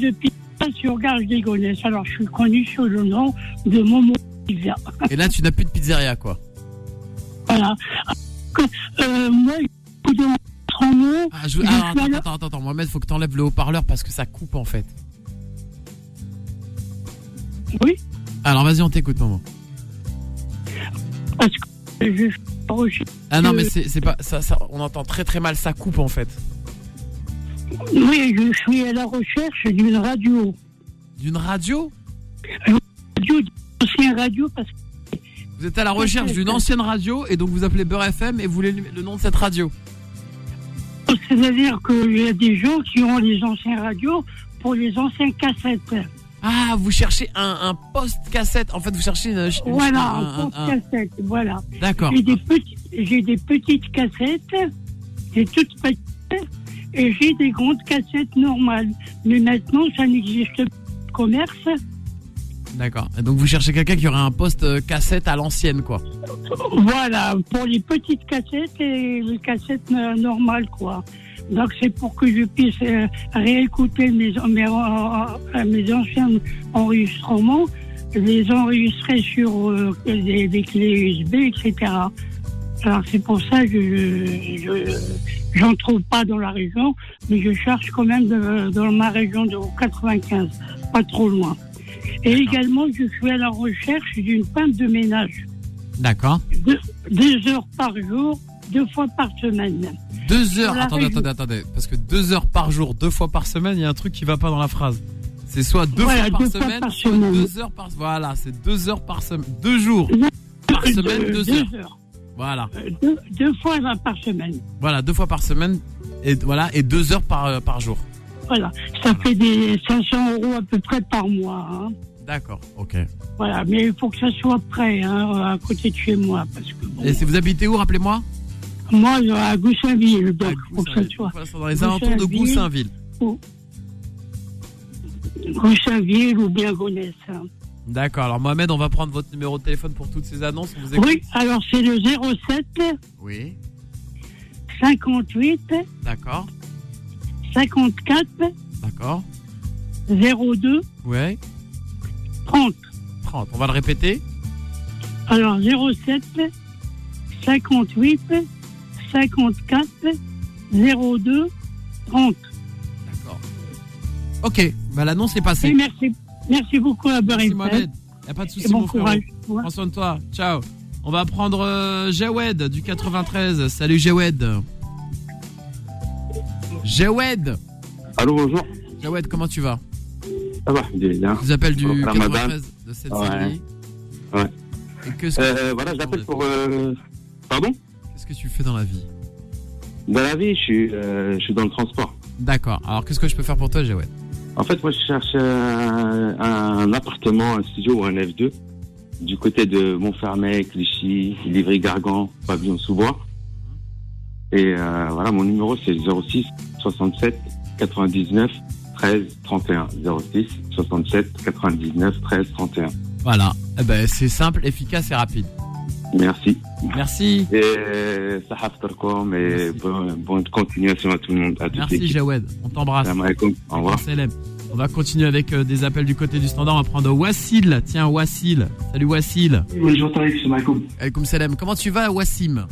[SPEAKER 9] de pizza sur Gare des Gonesse, alors je suis connu sous le nom de Momo Pizza.
[SPEAKER 3] Et là, tu n'as plus de pizzeria, quoi.
[SPEAKER 9] Voilà. Euh, moi, j'ai beaucoup de son nom.
[SPEAKER 3] Ah, je-
[SPEAKER 9] Je
[SPEAKER 3] ah,
[SPEAKER 9] suis
[SPEAKER 3] attends,
[SPEAKER 9] allé-
[SPEAKER 3] attends, attends, attends, Mohamed, faut que t'enlèves le haut-parleur parce que ça coupe en fait.
[SPEAKER 9] Oui.
[SPEAKER 3] Alors vas-y, on t'écoute, maman.
[SPEAKER 9] parce que je suis pas reçu.
[SPEAKER 3] Ah non,
[SPEAKER 9] Euh,
[SPEAKER 3] mais c'est c'est pas ça, ça, on entend très très mal, ça coupe en fait.
[SPEAKER 9] Oui, je suis à la recherche d'une radio.
[SPEAKER 3] D'une radio
[SPEAKER 9] Radio, d'ancienne radio, parce que
[SPEAKER 3] Vous êtes à la recherche d'une ancienne radio et donc vous appelez Beurre FM et vous voulez le nom de cette radio.
[SPEAKER 9] c'est-à-dire qu'il y a des gens qui ont les anciennes radios pour les anciennes cassettes.
[SPEAKER 3] Ah, vous cherchez un, un poste cassette. En fait, vous cherchez une. une-
[SPEAKER 9] Voilà,
[SPEAKER 3] un-
[SPEAKER 9] en
[SPEAKER 3] un- un-
[SPEAKER 9] cassette, voilà.
[SPEAKER 3] D'accord.
[SPEAKER 9] J'ai des, petits- j'ai des petites cassettes, des toutes petites, et j'ai des grandes cassettes normales. Mais maintenant, ça n'existe plus au commerce.
[SPEAKER 3] D'accord. Et Donc vous cherchez quelqu'un qui aurait un poste euh, cassette à l'ancienne, quoi.
[SPEAKER 9] Voilà, pour les petites cassettes et les cassettes euh, normales, quoi. Donc c'est pour que je puisse euh, réécouter mes, mes, euh, mes anciens enregistrements, les enregistrer sur euh, des, des clés USB, etc. Alors c'est pour ça que je je- j'en trouve pas dans la région, mais je cherche quand même de- dans ma région de 95, pas trop loin. Et également, je suis à la recherche d'une pinte de ménage
[SPEAKER 3] D'accord.
[SPEAKER 9] deux, deux heures par jour, deux fois par semaine.
[SPEAKER 3] Deux heures.
[SPEAKER 9] la
[SPEAKER 3] Attendez,
[SPEAKER 9] région.
[SPEAKER 3] attendez, attendez. Parce que deux heures par jour, deux fois par semaine, il y a un truc qui va pas dans la phrase. C'est soit deux
[SPEAKER 9] Voilà,
[SPEAKER 3] fois par
[SPEAKER 9] deux fois
[SPEAKER 3] semaine,
[SPEAKER 9] par
[SPEAKER 3] soit
[SPEAKER 9] semaine.
[SPEAKER 3] deux heures par. Voilà, c'est deux heures par semaine, deux jours par
[SPEAKER 9] Euh,
[SPEAKER 3] semaine,
[SPEAKER 9] deux,
[SPEAKER 3] deux,
[SPEAKER 9] deux
[SPEAKER 3] heures.
[SPEAKER 9] heures.
[SPEAKER 3] Voilà,
[SPEAKER 9] Euh, Deux, deux fois là, par semaine.
[SPEAKER 3] voilà, deux fois par semaine et voilà et deux heures par euh, par jour.
[SPEAKER 9] Voilà. Ça fait des 500 euros à peu près par mois. hein.
[SPEAKER 3] D'accord. Ok.
[SPEAKER 9] Voilà. Mais il faut que ça soit prêt, hein, à côté de chez moi. Parce que bon,
[SPEAKER 3] Et si vous habitez où, rappelez-moi
[SPEAKER 9] moi, je- à Goussainville,
[SPEAKER 3] À
[SPEAKER 9] donc il faut que ça
[SPEAKER 3] Goussainville.
[SPEAKER 9] soit.
[SPEAKER 3] Voilà, c'est Dans les alentours de
[SPEAKER 9] Goussainville.
[SPEAKER 3] Goussainville.
[SPEAKER 9] Goussainville ou bien Gonesse. hein.
[SPEAKER 3] D'accord. Alors Mohamed, on va prendre votre numéro de téléphone pour toutes ces annonces. On vous écoute.
[SPEAKER 9] Oui, alors c'est le 07
[SPEAKER 3] Oui.
[SPEAKER 9] 58
[SPEAKER 3] D'accord.
[SPEAKER 9] 54
[SPEAKER 3] D'accord.
[SPEAKER 9] 02
[SPEAKER 3] Ouais.
[SPEAKER 9] 30.
[SPEAKER 3] 30. On va le répéter.
[SPEAKER 9] Alors 07 58 54 02 30.
[SPEAKER 3] D'accord. Ok. Bah l'annonce est
[SPEAKER 9] Et
[SPEAKER 3] passée.
[SPEAKER 9] merci, merci beaucoup à Beurre
[SPEAKER 3] Merci
[SPEAKER 9] FM.
[SPEAKER 3] Mohamed. Y a pas de souci
[SPEAKER 9] Et bon
[SPEAKER 3] mon frérot.
[SPEAKER 9] courage. Ouais.
[SPEAKER 3] Prends soin de toi. Ciao. On va prendre euh, Jawed du 93. Salut Jawed. Jawed.
[SPEAKER 10] Allô, bonjour.
[SPEAKER 3] Jawed, comment tu vas
[SPEAKER 10] Ça va, Alhamdulillah.
[SPEAKER 3] Je vous appelle du
[SPEAKER 10] Au Ramadan.
[SPEAKER 3] 93 de cette
[SPEAKER 10] Ouais.
[SPEAKER 3] série.
[SPEAKER 10] Ouais.
[SPEAKER 3] Et qu'est-ce que,
[SPEAKER 10] Euh, voilà, j'appelle pour. euh, Pardon
[SPEAKER 3] qu'est-ce que tu fais dans la vie
[SPEAKER 10] Dans la vie, je suis, euh, je suis dans le transport.
[SPEAKER 3] D'accord. Alors qu'est-ce que je peux faire pour toi, Jawed
[SPEAKER 10] En fait, moi, je cherche euh, un appartement, un studio ou un F2 du côté de Montfermeil, Clichy, Livry-Gargan, Pavillon-sous-Bois. Et euh, voilà, mon numéro, c'est 06 67 99 13 31. 06 67 99 13 31.
[SPEAKER 3] Voilà. Eh ben, c'est simple, efficace et rapide.
[SPEAKER 10] Merci.
[SPEAKER 3] Merci.
[SPEAKER 10] Et euh, Sahaf Tarkom, et
[SPEAKER 3] Merci.
[SPEAKER 10] bon- bonne continuation à tout le monde, à toute
[SPEAKER 3] Merci,
[SPEAKER 10] l'équipe.
[SPEAKER 3] Jawed. On t'embrasse.
[SPEAKER 10] Salam alaikum. Au revoir.
[SPEAKER 3] Salam. On va continuer avec euh, des appels du côté du standard. On va prendre Wassil. Tiens, Wassil. Salut, Wassil.
[SPEAKER 11] Bonjour Tariq, salam alaikum.
[SPEAKER 3] Alaikum salam. Comment tu vas, Wassim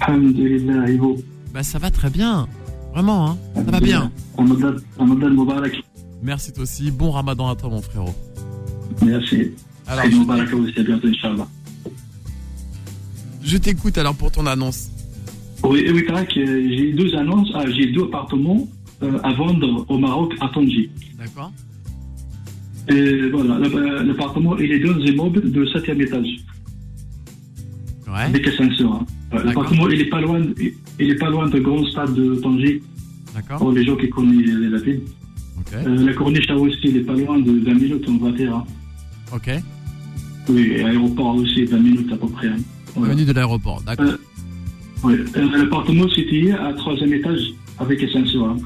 [SPEAKER 11] Alhamdulillah, Ivo.
[SPEAKER 3] Bah, ça va très bien. Vraiment, hein. Ça va bien.
[SPEAKER 11] Ramadan Ramadan Mubarak.
[SPEAKER 3] Merci, toi aussi. Bon ramadan à toi, mon frérot.
[SPEAKER 11] Merci.
[SPEAKER 3] Alors,
[SPEAKER 11] Et Mubarak aussi, à bientôt, Inch'Allah.
[SPEAKER 3] je t'écoute alors pour ton annonce.
[SPEAKER 11] Oui, et oui Tariq, euh, j'ai deux annonces, ah, j'ai deux appartements euh, à vendre au Maroc, à Tangier.
[SPEAKER 3] D'accord.
[SPEAKER 11] Et voilà, l'ap- l'appartement, il est dans un immeuble de 7 étage,
[SPEAKER 3] Ouais.
[SPEAKER 11] avec ascenseur. hein. Euh, L'appartement, il est pas loin, il- il est pas loin de grand stade de Tangier,
[SPEAKER 3] D'accord.
[SPEAKER 11] pour les gens qui connaissent la ville.
[SPEAKER 3] Ok.
[SPEAKER 11] Euh, la corniche à aussi, il est pas loin de 20 minutes en voiture. hein.
[SPEAKER 3] Ok.
[SPEAKER 11] Oui, et l'aéroport aussi, 20 minutes à peu près. hein. Voilà.
[SPEAKER 3] Venu de l'aéroport. D'accord.
[SPEAKER 11] Oui, euh, l'appartement c'était à troisième étage avec ascenseur hein,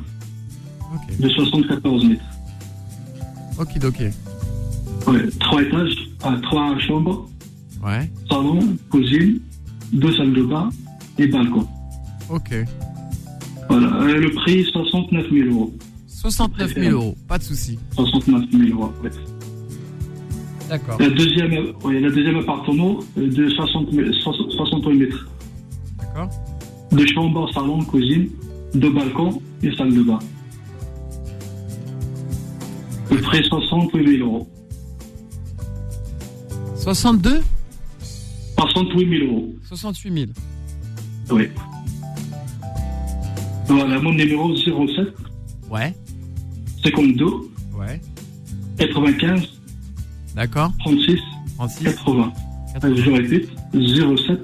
[SPEAKER 3] Ok.
[SPEAKER 11] de 74 mètres.
[SPEAKER 3] Ok, ok.
[SPEAKER 11] Oui, trois étages, à trois chambres
[SPEAKER 3] Ouais.
[SPEAKER 11] salon, cuisine, deux salles de bain et balcon.
[SPEAKER 3] Ok.
[SPEAKER 11] Voilà. Euh, le prix 69 000 euros.
[SPEAKER 3] 69 000 euros, pas de souci.
[SPEAKER 11] 69 000 euros. ouais.
[SPEAKER 3] D'accord.
[SPEAKER 11] La deuxième, ouais, la deuxième appartement euh, de 60, 68 mètres.
[SPEAKER 3] D'accord.
[SPEAKER 11] Deux chambres, salon, cuisine, deux balcons et salle de bain. Le prix 68 000 euros.
[SPEAKER 3] 62
[SPEAKER 11] 68 000 euros.
[SPEAKER 3] 68 000.
[SPEAKER 11] Oui. Voilà, mon numéro 07
[SPEAKER 3] Ouais.
[SPEAKER 11] 52
[SPEAKER 3] Ouais.
[SPEAKER 11] 95
[SPEAKER 3] D'accord.
[SPEAKER 11] 36 80. Euh, Je répète, 07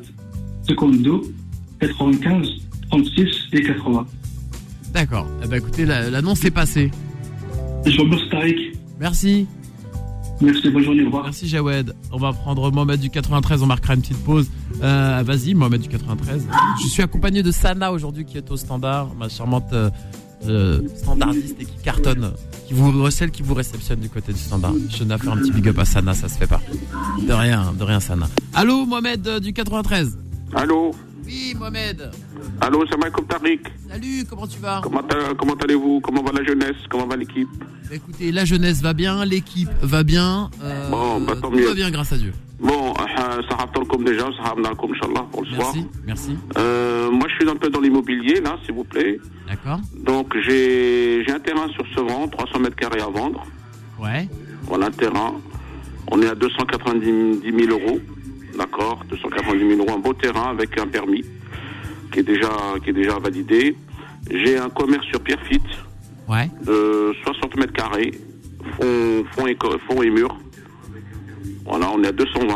[SPEAKER 11] 52 95 36 et 80.
[SPEAKER 3] D'accord. Eh ben, écoutez, la- l'annonce est passée.
[SPEAKER 11] Je vous remercie, Tariq.
[SPEAKER 3] Merci.
[SPEAKER 11] Merci, bonne journée, au revoir.
[SPEAKER 3] Merci, Jawed. On va prendre Mohamed du 93, on marquera une petite pause. Euh, Vas-y, Mohamed du 93. Je suis accompagné de Sana aujourd'hui qui est au standard, ma charmante euh, euh, standardiste et qui cartonne, qui vous, celle qui vous réceptionne du côté du standard. Je dois faire un petit big up à Sana, ça se fait pas. De rien, de rien, Sana. Allô, Mohamed euh, du 93.
[SPEAKER 12] Allô
[SPEAKER 3] Oui, Mohamed.
[SPEAKER 12] Allô, c'est Michael Tariq.
[SPEAKER 3] Salut, comment tu vas
[SPEAKER 12] Comment, t'as- comment allez-vous Comment va la jeunesse Comment va l'équipe
[SPEAKER 3] Écoutez, la jeunesse va bien, l'équipe va bien. euh,
[SPEAKER 12] Bon, bah tant
[SPEAKER 3] tout va
[SPEAKER 12] mieux.
[SPEAKER 3] bien grâce à Dieu.
[SPEAKER 12] Bon, euh, Sahab Tolkom déjà, Sahab Nalkom, Inch'Allah, pour le soir.
[SPEAKER 3] Merci.
[SPEAKER 12] Euh, moi, je suis un peu dans l'immobilier, là, s'il vous plaît.
[SPEAKER 3] D'accord.
[SPEAKER 12] Donc, j'ai j'ai un terrain sur Sevran, 300 mètres carrés à vendre.
[SPEAKER 3] Ouais.
[SPEAKER 12] Voilà un terrain. On est à 290 000 euros. D'accord 290 000 euros, un beau terrain avec un permis qui est déjà, qui est déjà validé. J'ai un commerce sur Pierrefitte
[SPEAKER 3] Ouais.
[SPEAKER 12] de 60 mètres carrés, fond, fond, et, co- fond et mur. Voilà, on est à 220.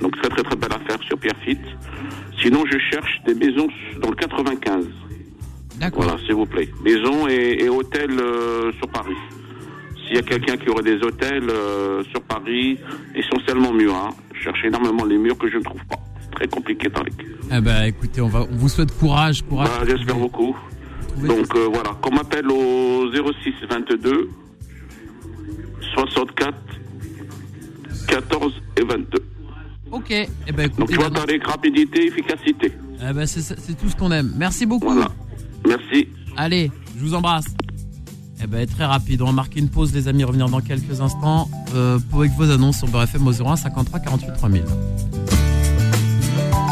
[SPEAKER 12] Donc très très très belle affaire sur Pierrefitte. Sinon, je cherche des maisons dans le 95.
[SPEAKER 3] D'accord.
[SPEAKER 12] Voilà, s'il vous plaît. Maisons et, et hôtels euh, sur Paris. S'il y a quelqu'un qui aurait des hôtels euh, sur Paris, essentiellement murs. Hein. Je cherche énormément les murs que je ne trouve pas. Très compliqué, Tariq.
[SPEAKER 3] Eh ben, écoutez, on, va, on vous souhaite courage, courage.
[SPEAKER 12] Bah, J'espère beaucoup. Donc euh, voilà, qu'on m'appelle au 06 22 64 14 et 22.
[SPEAKER 3] Ok. Eh ben, écoutez,
[SPEAKER 12] Donc tu vois, Tariq, rapidité, efficacité.
[SPEAKER 3] eh ben, c'est c'est tout ce qu'on aime. Merci beaucoup.
[SPEAKER 12] Merci.
[SPEAKER 3] Allez, je vous embrasse. Eh ben, très rapide, on va marquer une pause, les amis, revenir dans quelques instants euh, pour avec vos annonces sur BFM au 01 53 48 3000.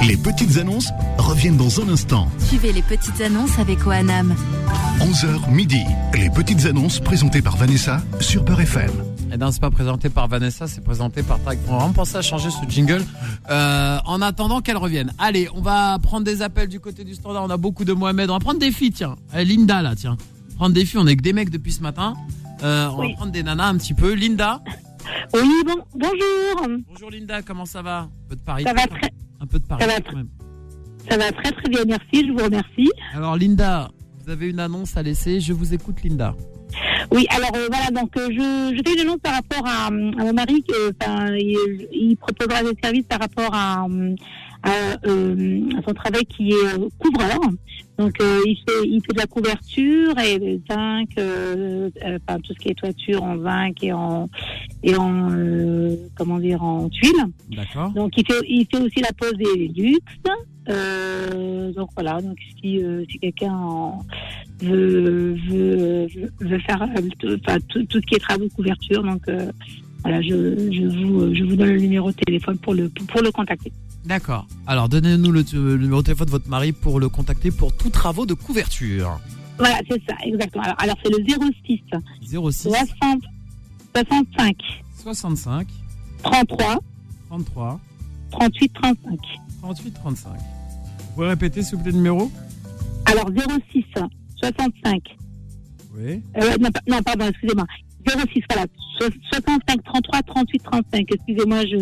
[SPEAKER 2] Les petites annonces reviennent dans un instant.
[SPEAKER 1] Suivez les petites annonces avec OANAM.
[SPEAKER 2] 11h midi. Les petites annonces présentées par Vanessa sur Peur FM.
[SPEAKER 3] Eh ben, c'est pas présenté par Vanessa, c'est présenté par Tag. On va vraiment penser à changer ce jingle euh, en attendant qu'elle revienne. Allez, on va prendre des appels du côté du standard. On a beaucoup de Mohamed. On va prendre des filles, tiens. Eh, Linda, là, tiens. Prendre des filles, on est que des mecs depuis ce matin. Euh, on va prendre des nanas un petit peu. Linda
[SPEAKER 13] Oui, bon, bonjour.
[SPEAKER 3] Bonjour Linda, comment ça va Un peu de Paris.
[SPEAKER 13] Ça va très,
[SPEAKER 3] Un peu de Paris.
[SPEAKER 13] ça va
[SPEAKER 3] quand
[SPEAKER 13] très-
[SPEAKER 3] même.
[SPEAKER 13] ça va très très bien, merci, je vous remercie.
[SPEAKER 3] Alors Linda, vous avez une annonce à laisser. Je vous écoute Linda.
[SPEAKER 13] Oui, alors euh, voilà, donc euh, je, je fais une annonce par rapport à, euh, à mon mari, qui, euh, enfin, il, il proposera des services par rapport à, euh, à, euh, à son travail qui est euh, couvreur. Donc euh, il, fait, il fait de la couverture et le zinc, euh, euh, enfin, tout ce qui est toiture en zinc et en, et en euh, comment dire, en tuiles.
[SPEAKER 3] D'accord.
[SPEAKER 13] Donc il fait, il fait aussi la pose des luxes. Euh, donc voilà, donc si, euh, si quelqu'un en- veut, veut, veut faire euh, tout, enfin, tout, tout ce qui est travaux de couverture, donc euh, voilà, je, je, vous, je vous donne le numéro de téléphone pour le, pour le contacter.
[SPEAKER 3] D'accord. Alors donnez-nous le, t- le numéro de téléphone de votre mari pour le contacter pour tous travaux de couverture.
[SPEAKER 13] Voilà, c'est ça, exactement. Alors, alors, c'est le 06
[SPEAKER 3] 06
[SPEAKER 13] 60 65
[SPEAKER 3] 65
[SPEAKER 13] 33
[SPEAKER 3] 33
[SPEAKER 13] 38 35.
[SPEAKER 3] 38 35. Vous pouvez répéter s'il vous plaît le numéro
[SPEAKER 13] Alors 06 65
[SPEAKER 3] Oui.
[SPEAKER 13] Euh, non, pa- non, pardon, excusez-moi. 06, voilà. So- 65, 33, 38, 35. Excusez-moi, je.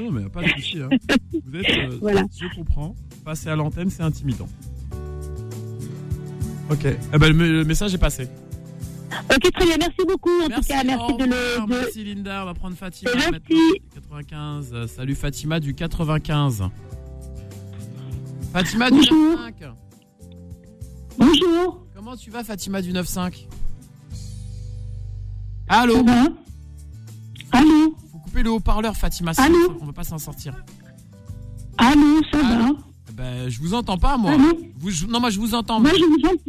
[SPEAKER 3] Non, mais pas de souci. hein. Vous êtes. euh,
[SPEAKER 13] Voilà.
[SPEAKER 3] Je comprends. Passer à l'antenne, c'est intimidant. Ok. Eh ben, le, me- le message est passé.
[SPEAKER 13] Ok, très bien. Merci beaucoup. En tout cas, Ah, merci
[SPEAKER 3] au
[SPEAKER 13] de
[SPEAKER 3] revoir,
[SPEAKER 13] le. de-
[SPEAKER 3] Merci Oh, Linda, on va prendre Fatima.
[SPEAKER 13] C'est gentil.
[SPEAKER 3] maintenant, du 95. Euh, Salut Fatima du 95. Fatima du
[SPEAKER 13] Bonjour.
[SPEAKER 3] 95.
[SPEAKER 13] Bonjour.
[SPEAKER 3] Comment tu vas, Fatima du 95 Allô
[SPEAKER 13] Allô
[SPEAKER 3] Faut couper le haut-parleur, Fatima. sinon
[SPEAKER 13] Allô
[SPEAKER 3] On va pas s'en sortir.
[SPEAKER 9] Ah non, ça va.
[SPEAKER 3] Ben, je vous entends pas, moi.
[SPEAKER 9] Allô
[SPEAKER 3] Vous- je- non, moi, je vous entends.
[SPEAKER 9] Moi,
[SPEAKER 3] mais-
[SPEAKER 9] je vous entends.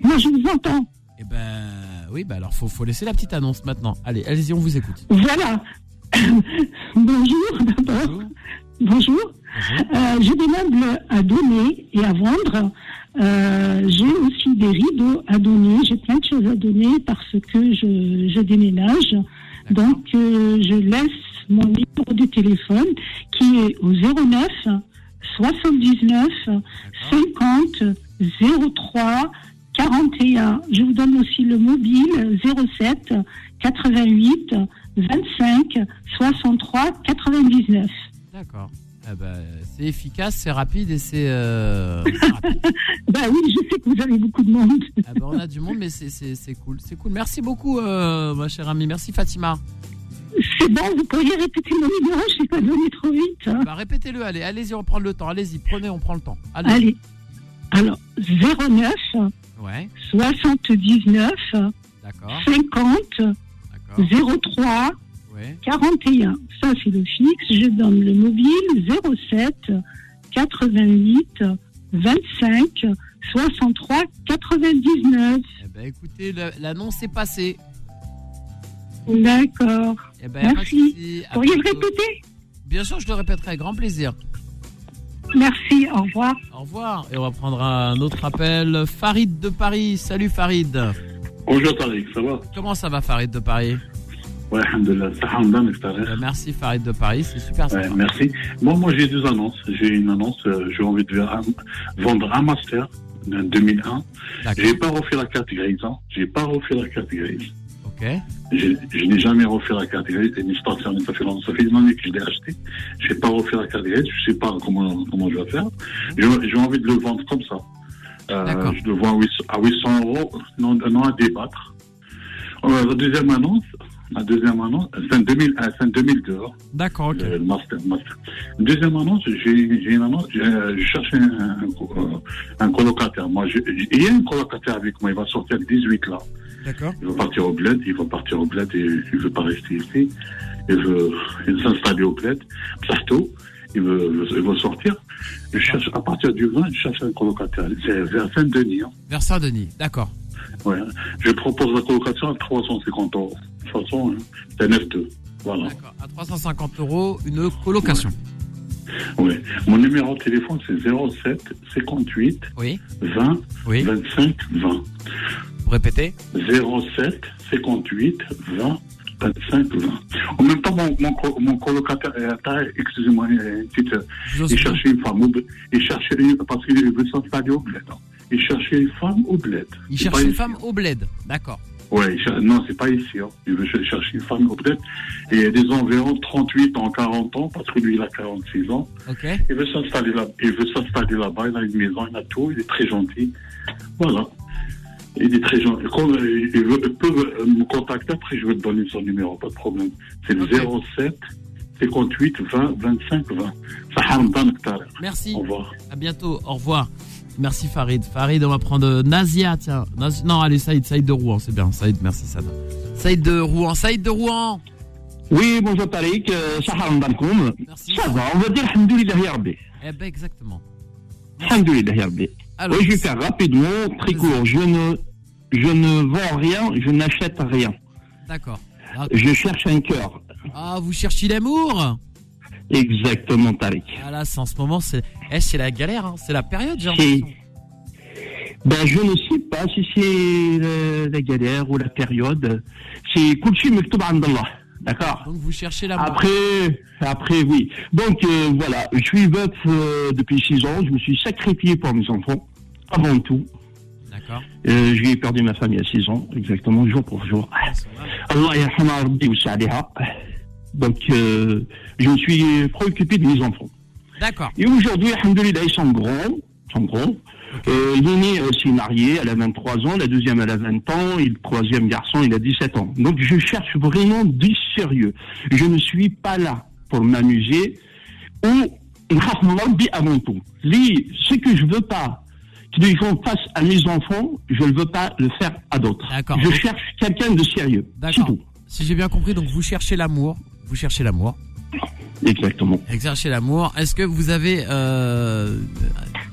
[SPEAKER 9] Moi, je vous entends.
[SPEAKER 3] Eh ben, oui, ben alors, faut, faut laisser la petite annonce maintenant. Allez, allez-y, on vous écoute.
[SPEAKER 9] Voilà. Bonjour d'abord. Bonjour. Euh, J'ai des meubles à donner et à vendre. Euh, J'ai aussi des rideaux à donner. J'ai plein de choses à donner parce que je, je déménage. Donc euh, je laisse mon numéro de téléphone qui est au 09 79 50 03 41. Je vous donne aussi le mobile 07 88 25 63 99.
[SPEAKER 3] D'accord. Eh ben, c'est efficace, c'est rapide et c'est. euh,
[SPEAKER 9] Bah oui, je sais que vous avez beaucoup de monde.
[SPEAKER 3] Ah ben, on a du monde, mais c'est- c'est c'est cool. C'est cool. Merci beaucoup, euh, ma chère amie. Merci, Fatima.
[SPEAKER 9] C'est bon, vous pourriez répéter mon numéro, je ne l'ai pas donné trop vite. hein.
[SPEAKER 3] Bah, répétez-le, allez, allez-y, on prend le temps. Allez-y, prenez, on prend le temps. Allez.
[SPEAKER 9] Allez. Alors, 09
[SPEAKER 3] Ouais,
[SPEAKER 9] 79
[SPEAKER 3] d'accord.
[SPEAKER 9] 50 03
[SPEAKER 3] Ouais.
[SPEAKER 9] 41. Ça, c'est le fixe. Je donne le mobile 07 88 25 63 99.
[SPEAKER 3] Eh ben, écoutez, le- l'annonce est passée.
[SPEAKER 9] D'accord.
[SPEAKER 3] Eh ben, pas de
[SPEAKER 9] Merci.
[SPEAKER 3] souci. À
[SPEAKER 9] Pourriez le
[SPEAKER 3] bientôt.
[SPEAKER 9] répéter
[SPEAKER 3] Bien sûr, je le répéterai avec grand plaisir.
[SPEAKER 9] Merci, au revoir.
[SPEAKER 3] Au revoir. Et on va prendre un autre appel. Farid de Paris. Salut, Farid.
[SPEAKER 14] Bonjour Tariq, ça va
[SPEAKER 3] Comment ça va, Farid de Paris
[SPEAKER 14] Ouais, alhamdoulilah, ça hamdan, et Tariq.
[SPEAKER 3] Ben, Merci, Farid de Paris. C'est super
[SPEAKER 14] Ouais,
[SPEAKER 3] sympa.
[SPEAKER 14] merci. Moi, moi j'ai deux annonces. J'ai une annonce, euh, j'ai envie de faire un- vendre un master d'un 2001. J'ai pas refait la carte grise. Hein. J'ai pas refait la carte grise.
[SPEAKER 3] Ok.
[SPEAKER 14] Je, je n'ai jamais refait la carte grise. Et je parti en ça fait, longtemps- ça fait une année que je l'ai acheté. J'ai pas refait la carte grise. Je sais pas comment, comment je vais faire. J'ai j'ai envie de le vendre comme ça. Euh, je le vends à 800 à 800 euros, non, non à débattre. Euh, la deuxième annonce, la deuxième annonce, c'est un 2000, euh, c'est un 2002. hein.
[SPEAKER 3] D'accord, ok.
[SPEAKER 14] Euh, le master, master. Deuxième annonce, j'ai j'ai une annonce, j'ai, euh, je cherche un, un co- euh, un colocataire. Moi, je- je- il y a un colocataire avec moi, il va sortir le 18 là.
[SPEAKER 3] D'accord.
[SPEAKER 14] Il veut partir au bled, il veut partir au bled et il veut pas rester ici. Il veut, il veut s'installer au bled, Plateau, il veut, il veut- il veut sortir. Je cherche, à partir du 20, je cherche un colocataire. C'est vers Saint-Denis. hein.
[SPEAKER 3] Vers Saint-Denis. D'accord.
[SPEAKER 14] Ouais. Je propose la colocation à 350 euros. De toute façon, hein, c'est un F2. Voilà.
[SPEAKER 3] À 350 euros, une colocation.
[SPEAKER 14] Oui. Mon numéro de téléphone, c'est 07 58 20 25 20.
[SPEAKER 3] Répétez.
[SPEAKER 14] 07 58 20 25 20. En même temps, mon, mon, co- mon colocataire, euh, attends, excusez-moi, euh, une petite, euh, il cherchait une femme au bled. Il cherchait une, parce qu'il veut s'installer au bled. hein. Il cherchait une femme au bled.
[SPEAKER 3] Il
[SPEAKER 14] C'est
[SPEAKER 3] cherche
[SPEAKER 14] pas
[SPEAKER 3] une
[SPEAKER 14] ici.
[SPEAKER 3] femme au bled. D'accord.
[SPEAKER 14] Ouais, il cher- non, c'est pas ici. Hein. Il veut ch- chercher une femme au bled. Et des environs 38 ans, 40 ans, parce que lui, il a 46 ans.
[SPEAKER 3] Ok.
[SPEAKER 14] Il veut s'installer là, il veut s'installer là-bas. Il a une maison, il a tout. Il est très gentil. Voilà. Il est très gentil. Quand, euh, il veut, il peut euh, me contacter après. Je vais te donner son numéro, pas de problème. C'est le 07 58 20 25 20. Sahar Mbarak Tarek.
[SPEAKER 3] Merci.
[SPEAKER 14] Au revoir.
[SPEAKER 3] À bientôt. Au revoir. Merci Farid. Farid, on va prendre euh, Nazia, tiens. Naz- Non, allez, Saïd, Saïd de Rouen, c'est bien. Saïd, merci Sada. Saïd de Rouen, Saïd de Rouen.
[SPEAKER 15] Oui, bonjour Tariq, euh, Sahar Mbankoum. Ça va, on va dire Alhamdoulilah ya Rabbi.
[SPEAKER 3] Eh ben, exactement.
[SPEAKER 15] Alhamdoulilah ya Rabbi.
[SPEAKER 3] Alors,
[SPEAKER 15] oui, je vais faire rapidement, très court. Je ne, je ne vends rien, je n'achète rien.
[SPEAKER 3] D'accord. Ah,
[SPEAKER 15] Je cherche un cœur.
[SPEAKER 3] ah, vous cherchez l'amour
[SPEAKER 15] Exactement, Tariq.
[SPEAKER 3] Ah là, c'est en ce moment, c'est eh, c'est la galère, hein. c'est la période, genre.
[SPEAKER 15] C'est- Ben, je ne sais pas si c'est la, la galère ou la période. C'est Kulchi Mektoub Andallah. D'accord
[SPEAKER 3] Donc, vous cherchez
[SPEAKER 15] Ah
[SPEAKER 3] l'amour.
[SPEAKER 15] Après, après, oui. Donc, euh, voilà, je suis veuf euh, depuis 6 ans. Je me suis sacrifié pour mes enfants, avant tout.
[SPEAKER 3] D'accord.
[SPEAKER 15] Euh, j'ai perdu ma famille à 6 ans, exactement, jour pour jour. Allah yarhamha rabbi wa sa'aliha. Donc, euh, je me suis préoccupé de mes enfants.
[SPEAKER 3] D'accord.
[SPEAKER 15] Et aujourd'hui, alhamdoulilah, ils sont grands. Ils sont grands. Euh, L'aîné euh, s'est marié, elle a 23 ans, la deuxième, elle a 20 ans, et le troisième garçon, il a 17 ans. Donc, je cherche vraiment du sérieux. Je ne suis pas là pour m'amuser ou Rabbi avant tout. Lui, ce que je veux pas que les gens fassent à mes enfants, je ne veux pas le faire à d'autres. Je cherche quelqu'un de sérieux.
[SPEAKER 3] D'accord. Si j'ai bien compris, donc vous cherchez l'amour. Vous cherchez l'amour.
[SPEAKER 15] Exactement.
[SPEAKER 3] Exercer l'amour. Est-ce que vous avez euh,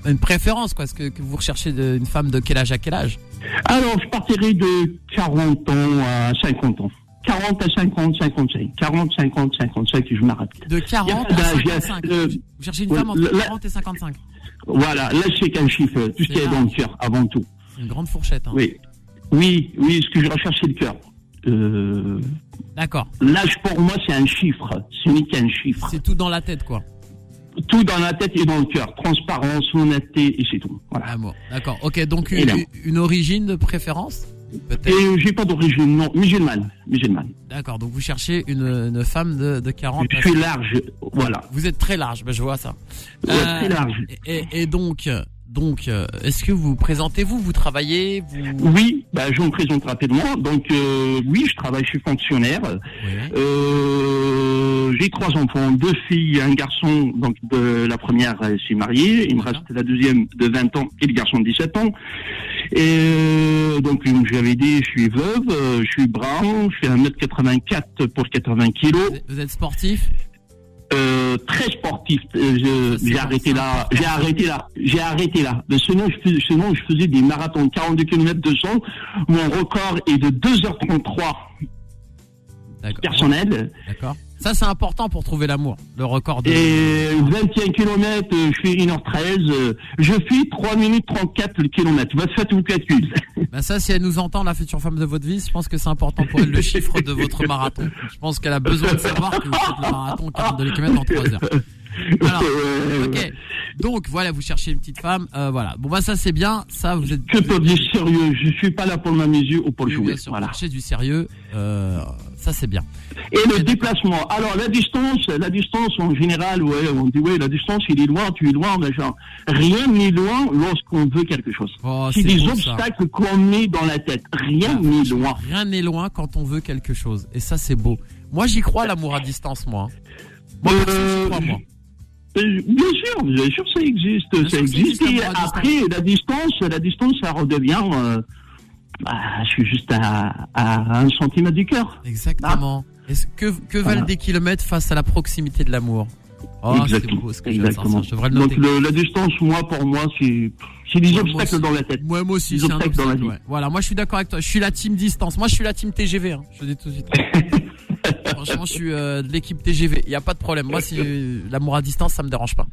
[SPEAKER 3] une préférence quoi Est-ce que, que vous recherchez de- une femme de quel âge à quel âge
[SPEAKER 15] Alors, je partirai de 40 ans à 50 ans. 40 à 50, 55. 40, 50, 55, je m'arrête.
[SPEAKER 3] De 40
[SPEAKER 15] bah,
[SPEAKER 3] à 55.
[SPEAKER 15] Vous
[SPEAKER 3] cherchez une femme entre 40 et 55.
[SPEAKER 15] euh, Voilà, là, c'est qu'un chiffre. Tout ce qui est dans le cœur, avant tout.
[SPEAKER 3] C'est une grande fourchette. hein.
[SPEAKER 15] Oui. Oui, oui, ce que je recherche, c'est le cœur. Euh,
[SPEAKER 3] D'accord.
[SPEAKER 15] L'âge, pour moi, c'est un chiffre. Ce n'est qu'un chiffre.
[SPEAKER 3] C'est tout dans la tête, quoi.
[SPEAKER 15] Tout dans la tête et dans le cœur. Transparence, honnêteté, et c'est tout. Voilà.
[SPEAKER 3] D'accord. Ok, donc une,
[SPEAKER 15] Et là.
[SPEAKER 3] une origine de préférence
[SPEAKER 15] Et euh, j'ai pas d'origine, non, musulmane. Musulmane.
[SPEAKER 3] D'accord, donc vous cherchez une, une femme de, de 40
[SPEAKER 15] Je suis large, voilà.
[SPEAKER 3] Vous êtes très large, ben je vois ça. Euh,
[SPEAKER 15] Ouais, très large.
[SPEAKER 3] Et, et donc, euh, donc euh, est-ce que vous présentez-vous Vous travaillez vous...
[SPEAKER 15] Oui, bah, je me présente rapidement. Donc, euh, oui, je travaille, je suis fonctionnaire. Euh, j'ai trois enfants, deux filles et un garçon. Donc, de la première, euh, je suis mariée. Il me reste la deuxième de 20 ans et le garçon de 17 ans. Et euh, donc, comme j'avais dit, je suis veuve, euh, je suis brown, je fais 1m84 pour 80 kilos.
[SPEAKER 3] Vous êtes sportif
[SPEAKER 15] Euh, très sportif. Euh, je- J'ai arrêté là. J'ai arrêté là. J'ai arrêté là. Mais sinon, je fais- sinon, je faisais des marathons de 42 km 200. Mon record est de 2h33 personnel.
[SPEAKER 3] D'accord. Ça, c'est important pour trouver l'amour, le record de...
[SPEAKER 15] Et 21 km, je fais 1h13. euh, Je fais 3 minutes 34 le kilomètre. Vous faites le calcul.
[SPEAKER 3] Ben ça, si elle nous entend, la future femme de votre vie, je pense que c'est important pour elle le chiffre de votre marathon. Je pense qu'elle a besoin de savoir que vous faites le marathon 42 km en 3 heures. Alors,
[SPEAKER 15] Euh,
[SPEAKER 3] ok. Donc voilà, vous cherchez une petite femme. euh, voilà. Bon bah ça c'est bien. Ça vous êtes.
[SPEAKER 15] Que pour dire sérieux, je suis pas là pour m'amuser ou pour
[SPEAKER 3] Oui,
[SPEAKER 15] jouer.
[SPEAKER 3] bien sûr, cherchez du sérieux. euh, ça c'est bien.
[SPEAKER 15] Et le déplacement. Alors la distance, la distance en général, ouais, on dit ouais, la distance, il est loin, tu es loin, machin. Rien n'est loin lorsqu'on veut quelque chose. c'est
[SPEAKER 3] Oh, c'est
[SPEAKER 15] des
[SPEAKER 3] beau, ça. Ah.
[SPEAKER 15] obstacles qu'on met dans la tête. Rien n'est loin.
[SPEAKER 3] Rien n'est loin quand on veut quelque chose. Et ça c'est beau. Moi j'y crois l'amour à distance moi. hein. Moi, perso, j'y crois, moi.
[SPEAKER 15] Euh, Bien sûr, bien sûr, ça existe, ça existe. Et après, la distance, la distance, ça redevient. euh, bah, je suis juste à, à un centimètre du cœur.
[SPEAKER 3] Exactement. Est-ce que que
[SPEAKER 15] ah.
[SPEAKER 3] valent
[SPEAKER 15] Voilà.
[SPEAKER 3] des kilomètres face à la proximité de l'amour Oh c'est
[SPEAKER 15] Exactement.
[SPEAKER 3] beau ce que je viens de
[SPEAKER 15] Exactement.
[SPEAKER 3] sortir. Je devrais le
[SPEAKER 15] Donc
[SPEAKER 3] noter.
[SPEAKER 15] le- la distance, moi, pour moi, c'est c'est des obstacles dans la tête.
[SPEAKER 3] Moi, aussi,
[SPEAKER 15] des
[SPEAKER 3] c'est un
[SPEAKER 15] obstacles dans la
[SPEAKER 3] obstacle,
[SPEAKER 15] vie.
[SPEAKER 3] ouais. Voilà, moi je suis d'accord avec toi. Je suis la team distance. Moi je suis la team TGV. hein. Je le dis tout de suite. Franchement, je suis euh, de l'équipe TGV. Il n'y a pas de problème. Moi, si euh, l'amour à distance, ça me dérange pas.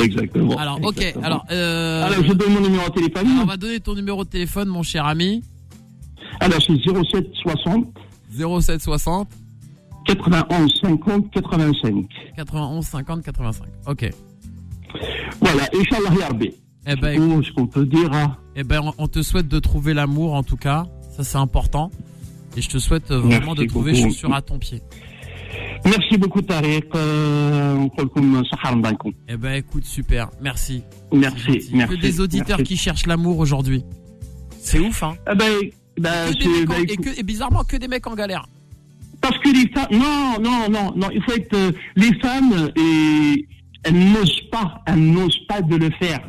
[SPEAKER 15] Exactement.
[SPEAKER 3] Alors, ok.
[SPEAKER 15] Exactement.
[SPEAKER 3] Alors, euh,
[SPEAKER 15] Alors, je donne mon numéro de téléphone.
[SPEAKER 3] alors, on va donner ton numéro de téléphone, mon cher ami.
[SPEAKER 15] Alors, c'est 07 60
[SPEAKER 3] 07 60
[SPEAKER 15] 91 50 85.
[SPEAKER 3] 91 50 85. Ok.
[SPEAKER 15] Voilà, Inch'Allah Yarbi.
[SPEAKER 3] Eh ben,
[SPEAKER 15] Oh, ce qu'on peut dire. hein.
[SPEAKER 3] Eh ben, on- on te souhaite de trouver l'amour, en tout cas. Ça, c'est important. Et je te souhaite euh, vraiment
[SPEAKER 15] Merci
[SPEAKER 3] de trouver
[SPEAKER 15] beaucoup.
[SPEAKER 3] chaussure à ton pied.
[SPEAKER 15] Merci beaucoup, Tariq. Euh, on parle comme Sahar Mbakoum.
[SPEAKER 3] Eh ben, écoute, super. Merci.
[SPEAKER 15] Merci,
[SPEAKER 3] Il y a
[SPEAKER 15] merci.
[SPEAKER 3] que des auditeurs
[SPEAKER 15] merci.
[SPEAKER 3] qui cherchent l'amour aujourd'hui. C'est ouf, hein
[SPEAKER 15] Eh ben, ben,
[SPEAKER 3] Que des
[SPEAKER 15] c'est-
[SPEAKER 3] mecs en-
[SPEAKER 15] ben,
[SPEAKER 3] et,
[SPEAKER 15] écoute-
[SPEAKER 3] que- et bizarrement, que des mecs en galère.
[SPEAKER 15] Parce que les femmes, non, non, non, non, il faut être, euh, les femmes, et elles n'osent pas, elles n'osent pas de le faire.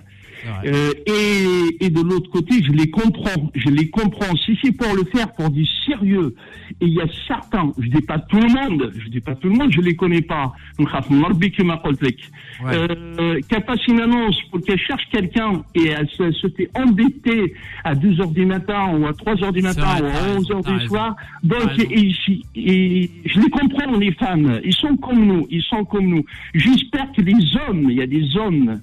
[SPEAKER 15] Euh, et, et de l'autre côté, je les comprends, je les comprends. Si c'est pour le faire, pour du sérieux, et il y a certains, je dis pas tout le monde, je dis pas tout le monde, je les connais pas. نخاف من ربي كما قلت لك. Euh, Qu'elle passe une annonce pour qu'elle cherche quelqu'un et elle se, se fait embêter à 2 heures du matin ou à 3 heures du
[SPEAKER 3] C'est
[SPEAKER 15] matin
[SPEAKER 3] vrai,
[SPEAKER 15] ou
[SPEAKER 3] t'as
[SPEAKER 15] à
[SPEAKER 3] raison,
[SPEAKER 15] 11 heures
[SPEAKER 3] t'as
[SPEAKER 15] du
[SPEAKER 3] raison.
[SPEAKER 15] soir. Donc, et- et- et je les comprends, les femmes. Ils sont comme nous. Ils sont comme nous. J'espère que les hommes, il y a des hommes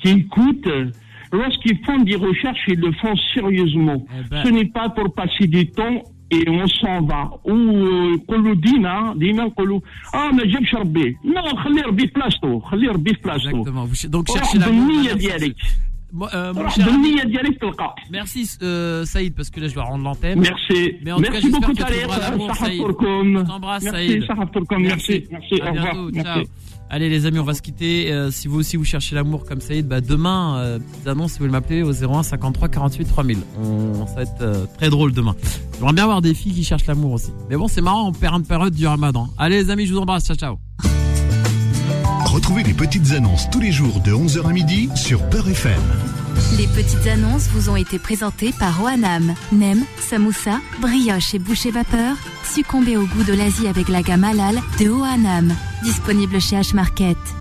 [SPEAKER 15] qui écoutent. euh, Lorsqu'ils font des recherches, ils le font sérieusement.
[SPEAKER 3] ben.
[SPEAKER 15] Ce n'est pas pour passer du temps et on s'en va. Ou euh, qu'on dit, hein, dit, non, qu'on le- Ah, mais j'aime Charbé. Non, خلي ربي في بلاصتو. خلي ربي في بلاصتو.
[SPEAKER 3] Exactement. Vous ch- donc,
[SPEAKER 15] روح
[SPEAKER 3] cherchez l'amour.
[SPEAKER 15] بالنية
[SPEAKER 3] madame.
[SPEAKER 15] ديالك.
[SPEAKER 3] Moi, euh, mon
[SPEAKER 15] روح
[SPEAKER 3] cher ami,
[SPEAKER 15] بالنية ديالك تلقى.
[SPEAKER 3] Merci, euh, Saïd, parce que là, je dois rendre l'antenne.
[SPEAKER 15] Merci.
[SPEAKER 3] Mais en tout
[SPEAKER 15] Merci
[SPEAKER 3] cas, j'espère
[SPEAKER 15] beaucoup,
[SPEAKER 3] que tu
[SPEAKER 15] Tariq.
[SPEAKER 3] trouveras l'amour,
[SPEAKER 15] Sahar
[SPEAKER 3] Saïd.
[SPEAKER 15] Tourkoum.
[SPEAKER 3] Je t'embrasse,
[SPEAKER 15] Merci,
[SPEAKER 3] Saïd.
[SPEAKER 15] Sahar Tourkoum. Merci. Merci.
[SPEAKER 3] À
[SPEAKER 15] Au revoir.
[SPEAKER 3] bientôt.
[SPEAKER 15] Merci.
[SPEAKER 3] Ciao. Allez, les amis, on va se quitter. Euh, si vous aussi vous cherchez l'amour comme Saïd, bah demain, euh, petites annonces, si vous voulez m'appeler au 01 53 48 3000. On, ça va être euh, très drôle demain. J'aimerais bien avoir des filles qui cherchent l'amour aussi. Mais bon, c'est marrant, on perd une période du ramadan. Allez, les amis, je vous embrasse. Ciao, ciao.
[SPEAKER 2] Retrouvez les petites annonces tous les jours de 11h à midi sur Peur FM.
[SPEAKER 1] Les petites annonces vous ont été présentées par Oanam. Nem, samoussa, brioche et boucher vapeur. Succombez au goût de l'Asie avec la gamme halal de Oanam. Disponible chez H-Market.